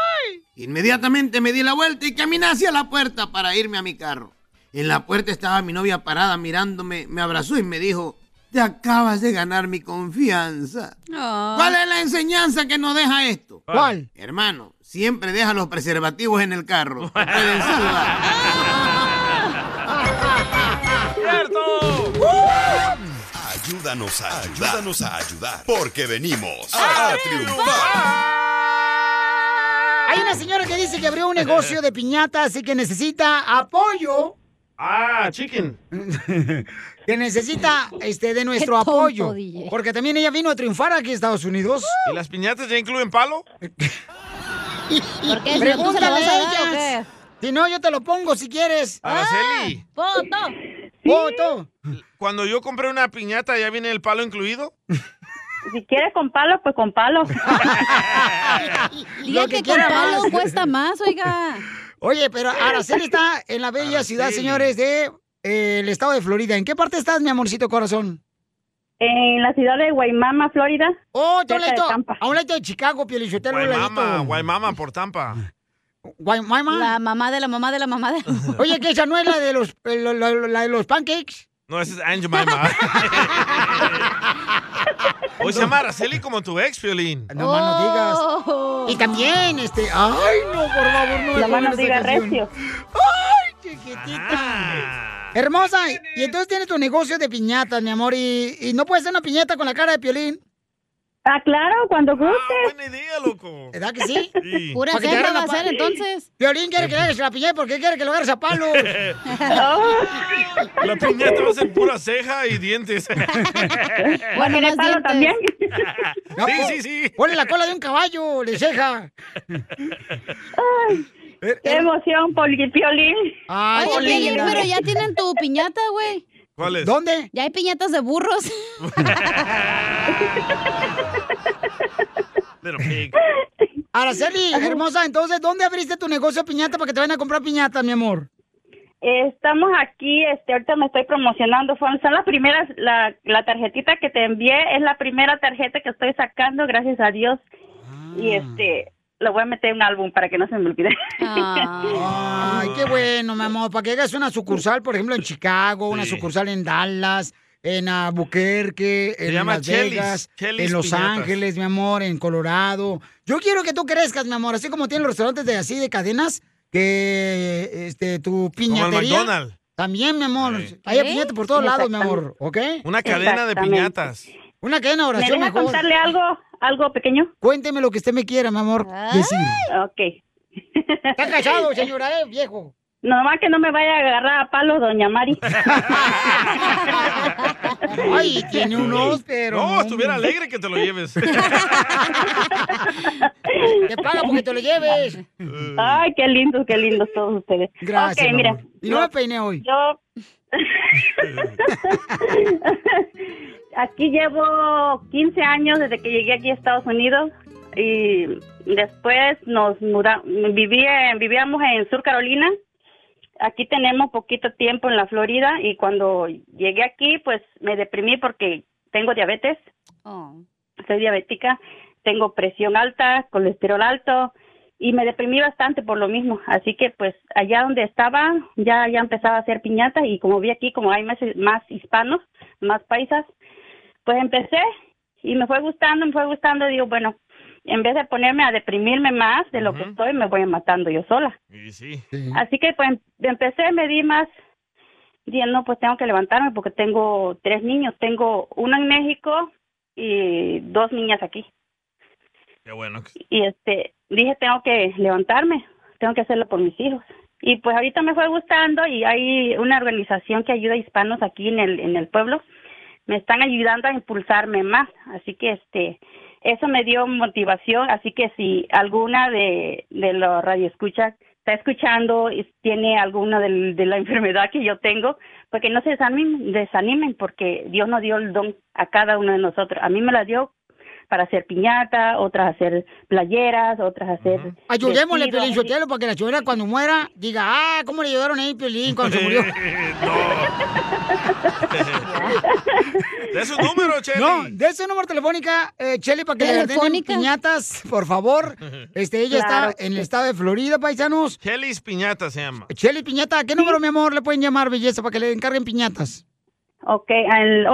Inmediatamente me di la vuelta y caminé hacia la puerta para irme a mi carro. En la puerta estaba mi novia parada mirándome, me abrazó y me dijo, te acabas de ganar mi confianza. ¿Cuál es la enseñanza que nos deja esto? ¿Cuál? Hermano, siempre deja los preservativos en el carro. Te pueden salvar. ¡Cierto! Ayúdanos a ayudar. Ayúdanos a ayudar. Porque venimos a, triunfar. Hay una señora que dice que abrió un negocio de piñatas y que necesita apoyo. Ah, chicken. Que necesita este de nuestro tonto, apoyo. DJ. Porque también ella vino a triunfar aquí a Estados Unidos. ¿Y las piñatas ya incluyen palo? ¿Por qué? ¿Si no, tú se lo vas a dar o Si no, yo te lo pongo si quieres. Ah, Araceli. ¡Foto! ¡Foto! Cuando yo compré una piñata, ¿ya viene el palo incluido? Si quieres con palo, pues con palo. Diga Lo que, que con quiera palo pues, más. cuesta más, oiga. Oye, pero Araceli está en la bella ciudad, señores, de eh, el estado de Florida. ¿En qué parte estás, mi amorcito corazón? En la ciudad de Guaymama, Florida. Oh, yo Cerca de leto, Tampa. a un leto de Chicago, Pielichotelo. Guaymama, Guaymama por Tampa. Guaymama. La mamá de la mamá de la mamá de Oye, que esa no es la de los, eh, lo- lo- lo- la de los pancakes. No, esa es Aunt Jemima. Hoy se llama Araceli como tu ex, Piolín. Ah, No más no digas. Oh. Y también, este. Ay, no, por favor, no. me No más no pongan esa digas canción. recio. Ay, chiquitita. Ah, Hermosa, y entonces tienes tu negocio de piñatas, mi amor, y, y no puedes hacer una piñata con la cara de piolín. Ah, claro, cuando guste. buena idea, loco. ¿Verdad que sí? Sí. Pura Para que te selva va agarren a pa- ser, entonces. Piolín quiere que le hagas la piñata porque quiere que lo agarres a palos. Oh. La piñata va a ser pura ceja y dientes. Bueno, más palo dientes. también. No, Sí, pon- sí, sí. Ponle la cola de un caballo, de ceja. Eh, Qué emoción, Poli- Piolín. Ah. Ay, Oye, Piolín, pero ya tienen tu piñata, güey. ¿Cuál es? ¿Dónde? Ya hay piñatas de burros. Little pig. Araceli, hermosa, entonces, ¿dónde abriste tu negocio de piñata para que te vayan a comprar piñata, mi amor? Eh, Estamos aquí, este, ahorita me estoy promocionando. Fueron- Son las primeras, la, la tarjetita que te envié es la primera tarjeta que estoy sacando, gracias a Dios. Ah. Y este, lo voy a meter en un álbum para que no se me olvide. Ah. Ay, qué bueno, mi amor, para que hagas una sucursal, por ejemplo, en Chicago, una sucursal en Dallas, en Albuquerque, en llama Las Chelis, Vegas, Chelis en Los Piñatas. Ángeles, mi amor, en Colorado. Yo quiero que tú crezcas, mi amor, así como tienen los restaurantes de así de cadenas, que este tu piñatería. McDonald's. También, mi amor. Hay ¿Qué? piñata por todos lados, mi amor, Exactamente. ¿ok? Una cadena de Exactamente. piñatas. Una cadena de oración ¿Me deja mejor. contarle algo, algo pequeño? Cuénteme lo que usted me quiera, mi amor, decir. Ok. Está callado, señora, eh, viejo. Nomás que no me vaya a agarrar a palos, doña Mari. Ay, tiene unos, pero... No, estuviera alegre que te lo lleves. Te paga porque te lo lleves. Ay, qué lindos, qué lindos todos ustedes. Gracias, Ok, mi mira. amor. Y no me peiné hoy. Yo. aquí llevo 15 años desde que llegué aquí a Estados Unidos y después nos mudamos, vivíamos en Sur Carolina. Aquí tenemos poquito tiempo en la Florida y cuando llegué aquí pues me deprimí porque tengo diabetes soy diabética, tengo presión alta, colesterol alto y me deprimí bastante por lo mismo. Así que pues allá donde estaba ya ya empezaba a hacer piñata y como vi aquí como hay más, más hispanos, más paisas, pues empecé y me fue gustando, me fue gustando y digo, bueno, en vez de ponerme a deprimirme más de lo que estoy, me voy matando yo sola. Y sí. Así que pues em- empecé, me di más, dije, no, pues tengo que levantarme porque tengo tres niños, tengo uno en México y dos niñas aquí. Qué bueno. Y este, dije, tengo que levantarme, tengo que hacerlo por mis hijos. Y pues ahorita me fue gustando y hay una organización que ayuda a hispanos aquí en el, en el pueblo. Me están ayudando a impulsarme más. Así que este, eso me dio motivación. Así que si alguna de, de los radioescuchas está escuchando y tiene alguna del- de, la enfermedad que yo tengo, pues que no se desanimen, desanimen porque Dios nos dio el don a cada uno de nosotros. A mí me la dio para hacer piñata, otras hacer playeras, otras hacer... Ayudémosle, vestidos. Piolín Sotelo, para que la señora cuando muera diga, ah, ¿cómo le ayudaron ahí, Piolín, cuando se murió? De su número, Cheli. No, de su número telefónica, eh, Cheli, para que le den Telefónica. piñatas, por favor. Este, ella Claro está en el que- estado de Florida, paisanos. Chelis Piñata se llama. Cheli Piñata, ¿qué número, mi amor, le pueden llamar, belleza, para que le encarguen piñatas? Ok, Eh, al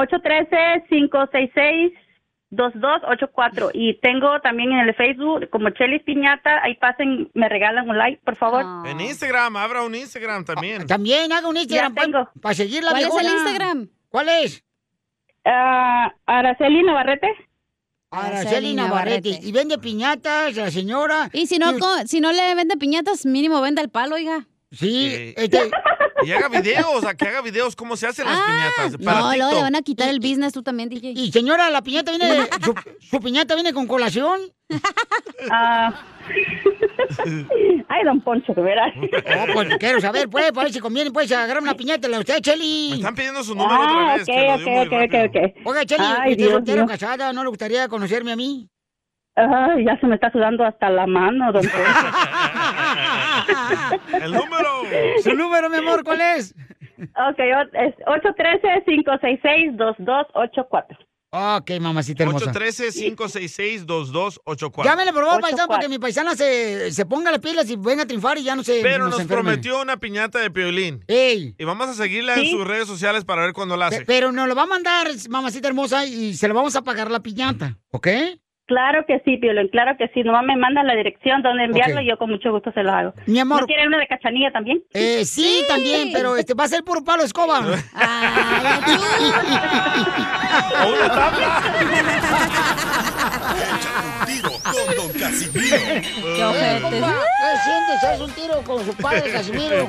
813-566-2284. Y tengo también en el Facebook como Chelis Piñata. Ahí pasen, me regalan un like, por favor. Ah. En Instagram, abra un Instagram también. También haga un Instagram para seguirla, ¿Cuál es el viejona. Instagram? ¿Cuál es? Ah, Araceli Navarrete. Araceli Navarrete. Y vende piñatas, la señora. Y si no, co- si no le vende piñatas, mínimo vende al palo, oiga. Sí. Eh, Y haga videos, a que haga videos cómo se hacen las Ah, piñatas. Para No, luego TikTok. le van a quitar el business tú también, DJ. Y señora, la piñata viene, su, su piñata viene con colación. Ah. Ay, don Poncho, de veras. Oh, pues quiero saber, pues, para ver si conviene, pues, agarrar una piñata la usted, Cheli. Me están pidiendo su número otra Ah, vez, ok, que lo dio ok, muy ok, rápido. ok, ok. Oiga, Cheli, Ay, ¿usted es Dios soltera o mío. casada? ¿No le gustaría conocerme a mí? Ay, ya se me está sudando hasta la mano, don Poncho. El número. Su número, mi amor, ¿cuál es? Ok, o- es 813-566-2284. Ok, mamacita hermosa. 813-566-2284. Llámele por favor, paisano, para que mi paisana se, se ponga las pilas y venga a triunfar y ya no se Pero nos enferme. prometió una piñata de piolín. Y vamos a seguirla en Sí. sus redes sociales para ver cuándo la hace. Pe- Pero nos lo va a mandar, mamacita hermosa, y se lo vamos a pagar la piñata, ¿ok? Claro que sí, Piolín, claro que sí. Nomás me mandan la dirección donde enviarlo Ok. y yo con mucho gusto se lo hago. Mi amor. ¿No quiere una de cachanilla también? Eh, sí, también, pero este va a ser puro palo escoba. Ah, Con Don Casimiro. Eh, ¿Qué sientes? ¿Haz un tiro con su padre, Casimiro?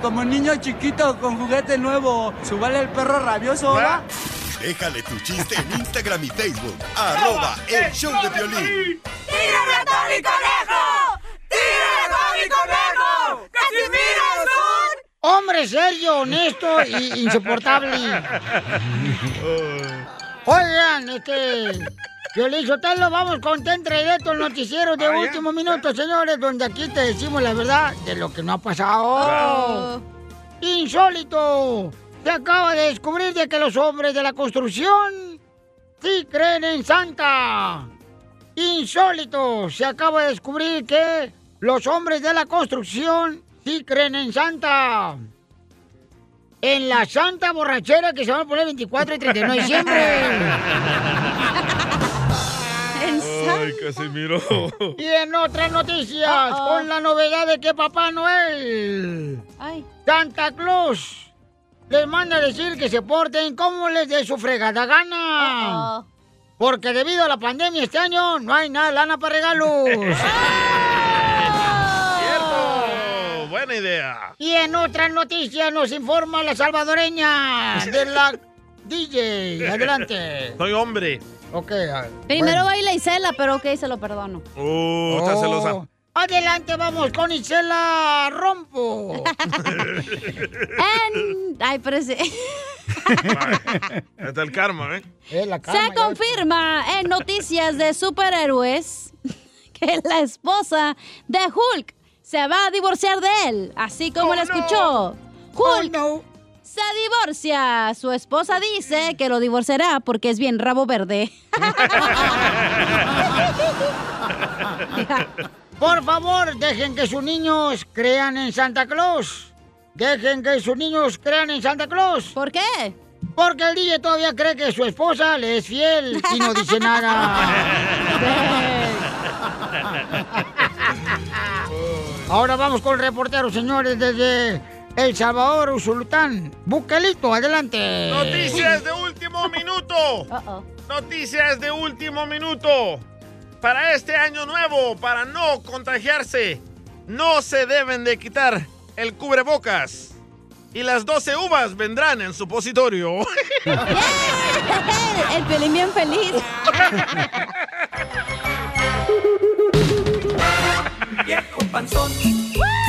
Como niño chiquito con juguete nuevo, subale el perro rabioso, ¿va? Déjale tu chiste en Instagram y Facebook. Arroba el show de violín. ¡Tírame a Tony Conejo! ¡Tírame a Tony Conejo! ¡Casimiro son! Hombre serio, honesto e insoportable. Oigan, este. Violín Sotelo, vamos con Tentra Directo, el noticiero de último minuto, señores, donde aquí te decimos la verdad de lo que no ha Oh. pasado. Claro. ¡Insólito! Se acaba de descubrir de que los hombres de la construcción sí creen en Santa. ¡Insólito! Se acaba de descubrir que los hombres de la construcción sí creen en Santa. En la Santa borrachera que se van a poner 24 y 39 de diciembre. Ay, Casimiro. Y en otras noticias, Uh-oh. con la novedad de que Papá Noel, Santa Claus, les manda a decir que se porten como les dé su fregada gana. Porque debido a la pandemia este año no hay nada de lana para regalos. Cierto. Buena idea. y en otras noticias nos informa la salvadoreña de la DJ. Adelante. Soy hombre. Ok. Primero baila Isela, pero ok, se lo perdono. Uh, está Oh. celosa. Adelante, vamos con Isela Rompo. En- Ay, pero ese- Hasta el karma, ¿eh? Se confirma en noticias de superhéroes que la esposa de Hulk se va a divorciar de él, así como Oh, la escuchó. Hulk se divorcia. Su esposa dice que lo divorciará porque es bien rabo verde. Por favor, dejen que sus niños crean en Santa Claus. Dejen que sus niños crean en Santa Claus. ¿Por qué? Porque el DJ todavía cree que su esposa le es fiel y no dice nada. Ahora vamos con el reportero, señores, desde El Salvador, Usulután. Buquelito, adelante. Noticias de último minuto. Noticias de último minuto. Para este año nuevo, para no contagiarse, no se deben de quitar el cubrebocas. Y las 12 uvas vendrán en supositorio. El pelín bien feliz.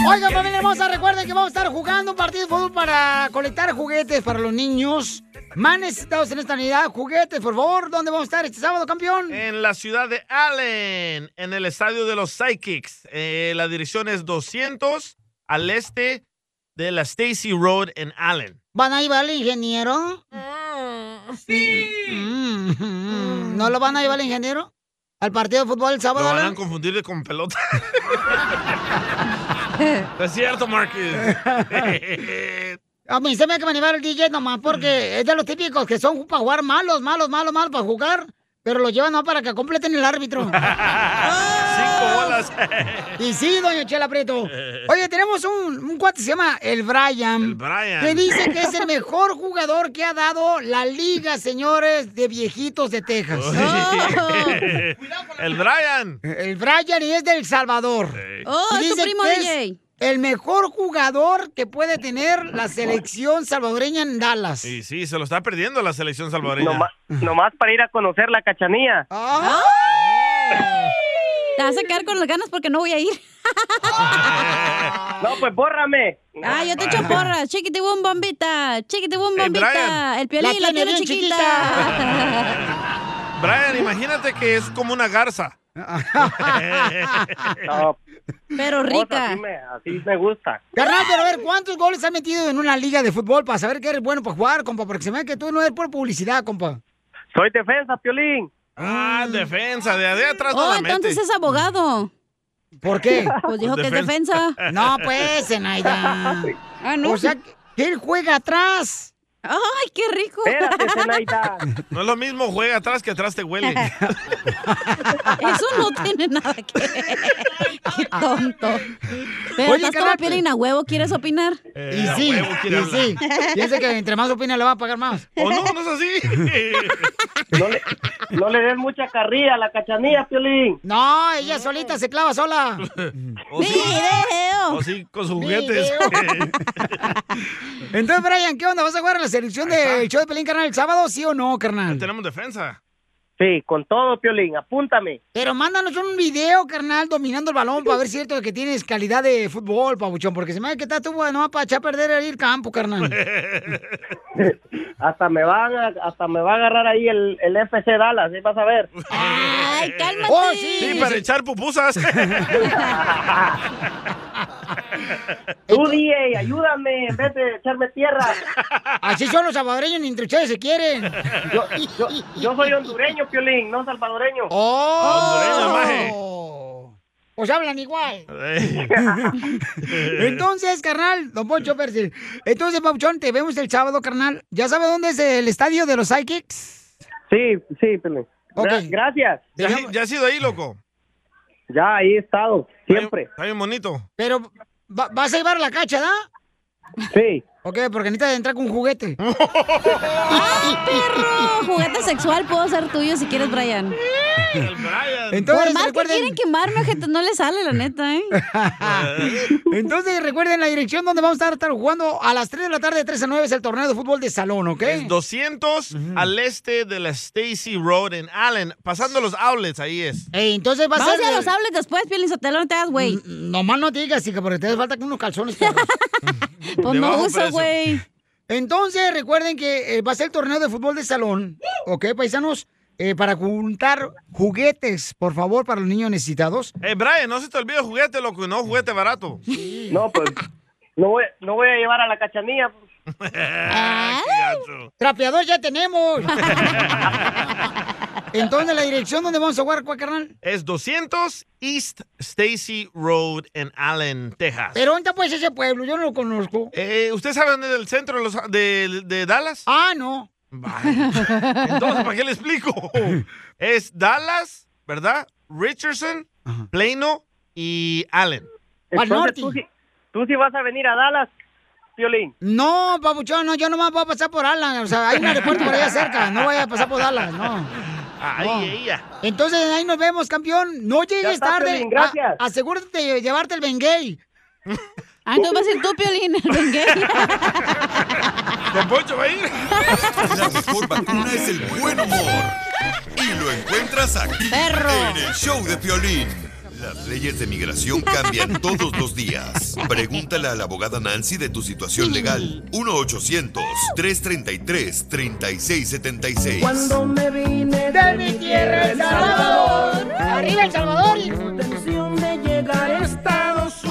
Oigan, familia hermosa, recuerden que vamos a estar jugando un partido de fútbol para colectar juguetes para los niños más necesitados en esta unidad. Juguetes, por favor, ¿dónde vamos a estar este sábado, campeón? En la ciudad de Allen, en el estadio de los Psychics. Eh, la dirección es 200 al este de la Stacy Road en Allen. ¿Van a llevar al ingeniero? Sí. ¿No lo van a llevar al ingeniero? ¿Al partido de fútbol el Lo sábado? van a Alan? confundir con pelota. es cierto, Marquis. A mí Mm. se me ha que me va a llevar el DJ nomás porque es de los típicos que son para jugar malos, malos, malos, malos para jugar. Pero lo llevan no para que completen el árbitro. ¡Ah! Cinco bolas. Y sí, doña Chela Prieto. Oye, tenemos un, un cuate que se llama el Brian. El Brian. Que dice que es el mejor jugador que ha dado la liga, señores, de viejitos de Texas. Oh. El Brian. El Brian y es del Salvador. Oh, Y es tu dice primo, que es DJ. El mejor jugador que puede tener la selección salvadoreña en Dallas. Y sí, se lo está perdiendo la selección salvadoreña. Nomás, nomás para ir a conocer la cachanilla. Ah. Te vas a quedar con las ganas porque no voy a ir. Ah. No, pues bórrame. Ah, yo te echo porras. Chiquitibum bombita. Chiquitibum Hey, bombita. Eh, Brian. el piolín la, La tiene tiene bien chiquita. Oh, Brian, imagínate que es como una garza. No, Pero vos rica. así, me, así me gusta. Carnal, pero a ver, ¿cuántos goles has metido en una liga de fútbol para saber que eres bueno para jugar, compa? Porque se me ve que tú no eres por publicidad, compa. Soy defensa, Piolín. Ah, defensa, de, de atrás no Oh, la mete. entonces es abogado. ¿Por qué? Pues dijo que es defensa. No, pues, Zenaida. Ah, no. O sea, que él juega atrás. Ay, qué rico. No es lo mismo juega atrás que atrás te huele. Eso no tiene nada que ver. Qué tonto. Pero Ah. Oye, estás como Karate. piolín a huevo, ¿quieres opinar? Eh, a y sí, huevo quiere y hablar. sí. Piensa que entre más opina le va a pagar más. ¿O no? ¿No es así? No le, no le den mucha carrilla a la cachanilla, Piolín. No, ella solita se clava sola. O sí, ¡Video! o sí, con sus juguetes. Entonces, Brian, ¿qué onda? ¿Vas a jugar en la selección del show de Pelín, carnal, el sábado, sí o no, carnal? Tenemos defensa. Sí, con todo, Piolín. Apúntame. Pero mándanos un video, carnal, dominando el balón para ver si es cierto que tienes calidad de fútbol, pabuchón, porque se me ve que estás tú, bueno, para echar a perder el campo, carnal. Hasta me van a, hasta me va a agarrar ahí el, el FC Dallas, ¿sí? vas a ver. Ay, cálmate. Oh, sí, para echar pupusas. Tú, DJ, ayúdame en vez de echarme tierra. Así son los salvadoreños, ni entre ustedes se quieren. Yo, yo, yo soy hondureño, Piolín, no salvadoreño. ¡Oh! Pues hablan igual. Entonces, carnal, don Poncho Pérez. Entonces, Pabuchón, te vemos el sábado, carnal. ¿Ya sabes dónde es el estadio de los Psychics? Sí, sí, Piolín. Gra- Gracias. ¿Ya, ya has ido ahí, loco? Ya, ahí he estado, siempre. Está bien bonito. Pero, ¿va- ¿vas a llevar la cacha, da? Sí. Ok, porque necesitas entrar con un juguete. Perro, juguete sexual puedo ser tuyo si quieres, Brian. Entonces, Por más recuerden- que quieren quemarme, gente, no le sale, la neta, ¿eh? Entonces, recuerden la dirección donde vamos a estar jugando a las 3 de la tarde, de 3 a 9, es el torneo de fútbol de salón, ¿ok? 200 al este de la Stacy Road en Allen, pasando los outlets, ahí es. Ey, entonces va a Vamos ser... a los hables después, Piolín Sotelo, no te hagas, güey. Mm, Nomás no te digas, hija, porque te hace falta con unos calzones. perros. Pues De no bajo uso, precio. güey. Entonces, recuerden que eh, va a ser el torneo de fútbol de salón, ¿ok, paisanos? Eh, para juntar juguetes, por favor, para los niños necesitados. Eh, Brian, no se te olvide juguete, loco, y no juguete barato. No, pues no voy, no voy a llevar a la cachanilla. Trapeador ya tenemos. Entonces, la dirección donde vamos a jugar, ¿cuál, carnal? Es 200 East Stacy Road en Allen, Texas. Pero ¿dónde pues ese pueblo? Yo no lo conozco. Eh, ¿Usted sabe dónde es el centro de, los- de- de Dallas? Ah, no. Entonces, ¿para qué le explico? Es Dallas, ¿verdad? Richardson, Plano y Allen. Entonces, tú, sí- tú sí vas a venir a Dallas, Piolín. No, papuchón, no, yo nomás voy a pasar por Alan. O sea, hay un aeropuerto por allá cerca. No voy a pasar por Alan, no. Ahí, No. ella. Entonces ahí nos vemos, campeón. No llegues está, tarde. Piolín, gracias. A- asegúrate de llevarte el Bengay. Ah, entonces vas a ir tú, Piolín, el Bengay. Don Poncho va a ir. La mejor vacuna es el buen humor. Y lo encuentras aquí Perro. en el show de Piolín. Las leyes de migración cambian todos los días. Pregúntale a la abogada Nancy de tu situación legal. 1-800-333-3676. me vine de mi tierra, El Salvador. Arriba El Salvador.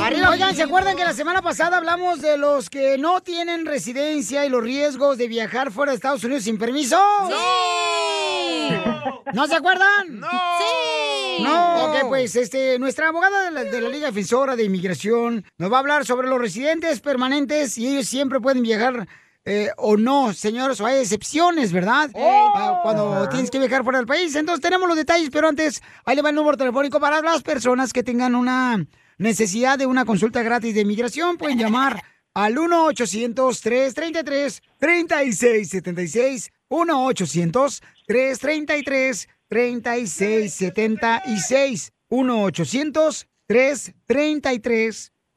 Arriba, oigan, ¿se acuerdan que la semana pasada hablamos de los que no tienen residencia y los riesgos de viajar fuera de Estados Unidos sin permiso? ¡Sí! ¿No se acuerdan? ¡No! ¡Sí! No, ok, pues este, nuestra abogada de la, de la Liga Defensora de Inmigración nos va a hablar sobre los residentes permanentes y ellos siempre pueden viajar eh, o no, señores, o hay excepciones, ¿verdad? Pa- Cuando tienes que viajar fuera del país. Entonces tenemos los detalles, pero antes, ahí le va el número telefónico para las personas que tengan una necesidad de una consulta gratis de migración. Pueden llamar al 1-800-333-3676. 1-800-333-3676.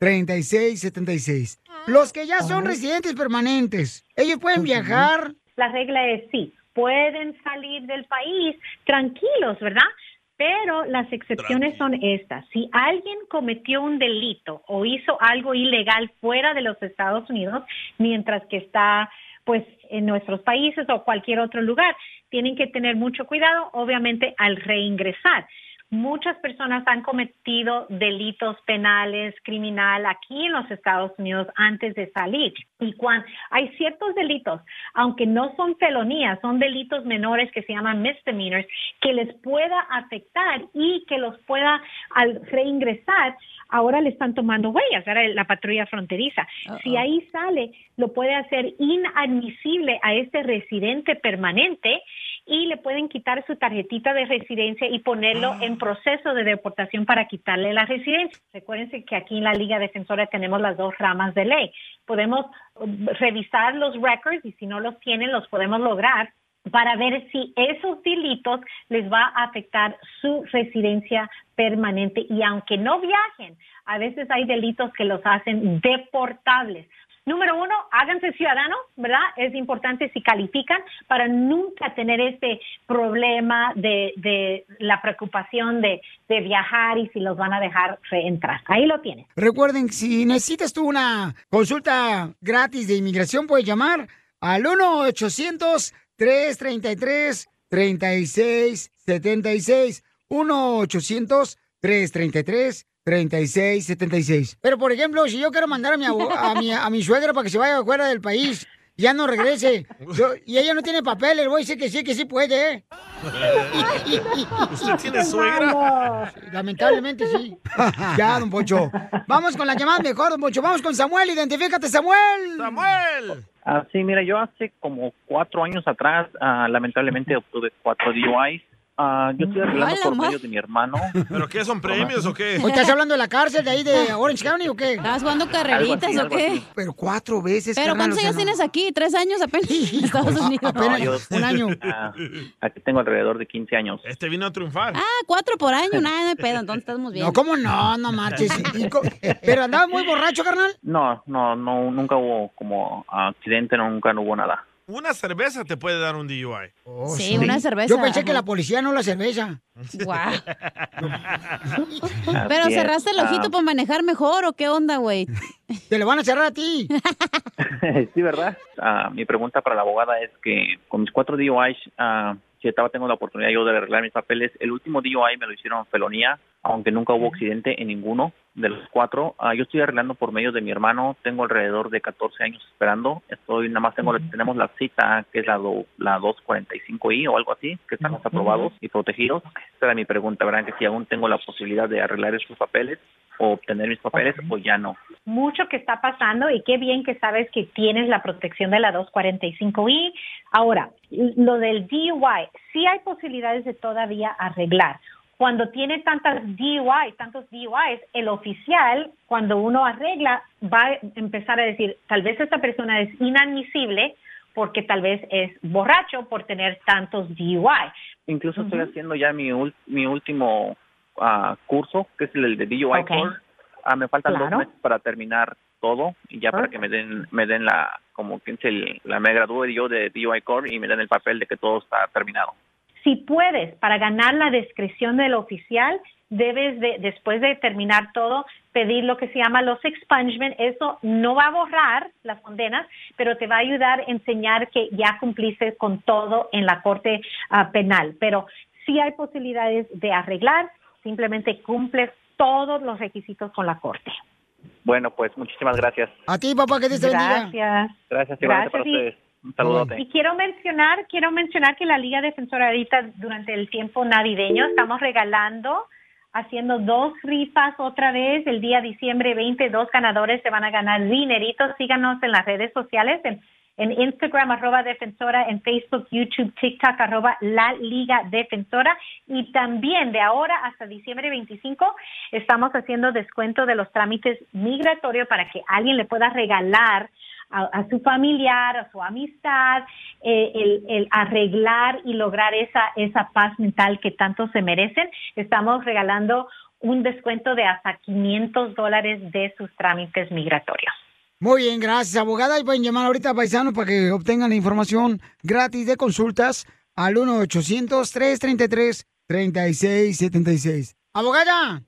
1-800-333-3676. Los que ya son residentes permanentes, ellos pueden viajar. La regla es sí, pueden salir del país tranquilos, ¿verdad? Pero las excepciones son estas. Si alguien cometió un delito o hizo algo ilegal fuera de los Estados Unidos, mientras que está pues en nuestros países o cualquier otro lugar, tienen que tener mucho cuidado, obviamente, al reingresar. Muchas personas han cometido delitos penales, criminal aquí en los Estados Unidos antes de salir. Y cuando hay ciertos delitos, aunque no son felonías, son delitos menores que se llaman misdemeanors, que les pueda afectar y que los pueda al reingresar, ahora le están tomando huellas, ahora la patrulla fronteriza. Si ahí sale, lo puede hacer inadmisible a este residente permanente y le pueden quitar su tarjetita de residencia y ponerlo en proceso de deportación para quitarle la residencia. Recuérdense que aquí en la Liga Defensora tenemos las dos ramas de ley. Podemos um, revisar los records y si no los tienen, los podemos lograr para ver si esos delitos les va a afectar su residencia permanente y aunque no viajen, a veces hay delitos que los hacen deportables. Número uno, háganse ciudadanos, ¿verdad? Es importante si califican para nunca tener este problema de, de la preocupación de, de viajar y si los van a dejar reentrar. Ahí lo tienes. Recuerden, si necesitas tú una consulta gratis de inmigración, puedes llamar al 1-800-333-3676. 1-800-333-3676. Pero, por ejemplo, si yo quiero mandar a mi, abo- a mi, a mi suegra para que se vaya fuera del país, ya no regrese, yo- y ella no tiene papeles, voy a decir que sí, que sí puede, ¿eh? ¿Usted tiene suegra? Lamentablemente sí. ya, don Pocho. Vamos con la llamada mejor, don Pocho. Vamos con Samuel. Identifícate, Samuel. Samuel. Así, Ah, mira, yo hace como cuatro años atrás, ah, lamentablemente obtuve cuatro DUIs. Ah, yo estoy arreglando ¡Hala, por ma! medio de mi hermano. ¿Pero qué son premios o qué? ¿O estás hablando de la cárcel de ahí de Orange County o qué? ¿Estás jugando carreritas Algo así, o algo qué? así. Pero cuatro veces. Pero ¿cuántos años tienes aquí? ¿Tres años apenas? en Estados Unidos. No, yo- Ah, aquí tengo alrededor de 15 años. Este vino a triunfar. Ah, cuatro por año, nada no hay pedo, entonces estamos bien. No, ¿cómo no? No marches. Y co- pero andaba muy borracho, carnal. No, no, no, nunca hubo como accidente, nunca no hubo nada. Una cerveza te puede dar un DUI. Oh, Sí, una cerveza. Yo pensé ajá. que la policía no la cerveza. Guau. Pero Así es, cerraste el ojito ah. para manejar mejor o qué onda, güey. Te lo van a cerrar a ti. sí, ¿verdad? Ah, mi pregunta para la abogada es que con mis cuatro DUIs, ah, si estaba tengo la oportunidad yo de arreglar mis papeles, el último DUI me lo hicieron felonía, aunque nunca hubo accidente en ninguno de los cuatro. Ah, yo estoy arreglando por medio de mi hermano, tengo alrededor de 14 años esperando, estoy nada más tengo la- tenemos la cita que es la, do- la 245I o algo así, que están aprobados y protegidos. Esa era mi pregunta, ¿verdad? Que si aún tengo la posibilidad de arreglar esos papeles o obtener mis papeles o ya no. mucho que está pasando y qué bien que sabes que tienes la protección de la 245i. Ahora, lo del DUI, sí hay posibilidades de todavía arreglar. Cuando tiene tantas DUI, tantos DUIs, el oficial, cuando uno arregla, va a empezar a decir, tal vez esta persona es inadmisible porque tal vez es borracho por tener tantos DUI. Incluso estoy Ujú. haciendo ya mi, ul- mi último ah, curso, que es el de DUI Ok. Course. Ah, me faltan Claro. Ah. dos meses para terminar todo y ya para que me den me den la como que es el- la me gradúe yo de DUI Core y me den el papel de que todo está terminado. si puedes, para ganar la discreción del oficial, debes de, después de terminar todo, pedir lo que se llama los expungement. Eso no va a borrar las condenas, pero te va a ayudar a enseñar que ya cumpliste con todo en la corte ah, penal. Pero sí hay posibilidades de arreglar, simplemente cumples todos los requisitos con la corte. Bueno, pues muchísimas gracias. Ah. A ti, papá, que Dios te bendiga. Gracias. Gracias, igualmente Gracias para y- ustedes. Un saludote. Y quiero mencionar, quiero mencionar que la Liga Defensora ahorita durante el tiempo navideño estamos regalando, haciendo dos rifas otra vez el día diciembre 22 ganadores se van a ganar dineritos. Síganos en las redes sociales en en Instagram arroba defensora, en Facebook, YouTube, TikTok arroba la liga defensora y también de ahora hasta diciembre 25 estamos haciendo descuento de los trámites migratorios para que alguien le pueda regalar a, a su familiar, a su amistad, eh, el, el arreglar y lograr esa, esa paz mental que tanto se merecen. Estamos regalando un descuento de hasta 500 dólares de sus trámites migratorios. Muy bien, gracias, abogada. Y pueden llamar ahorita a Paisano para que obtengan la información gratis de consultas al 1-800-333-3676. Abogada.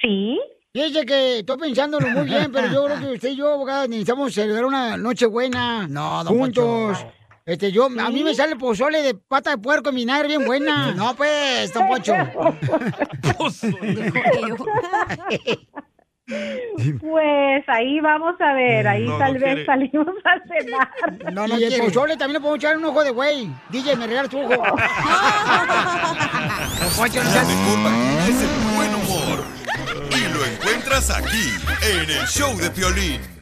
Sí. Fíjese que estoy pensándolo muy bien, pero yo creo que usted y yo, abogada, necesitamos celebrar una noche buena. No, don juntos. Poncho. Este, yo, a mí me sale pozole de pata de puerco en vinagre bien buena. No, pues, don Poncho. Pues ahí vamos a ver, ahí No, tal no vez quiere. salimos a cenar. No, no, y el pozole también le podemos echar un ojo de güey. DJ, me regalas tu ojo. La mejor vacuna es el buen humor. Y lo encuentras aquí, en el show de Piolín.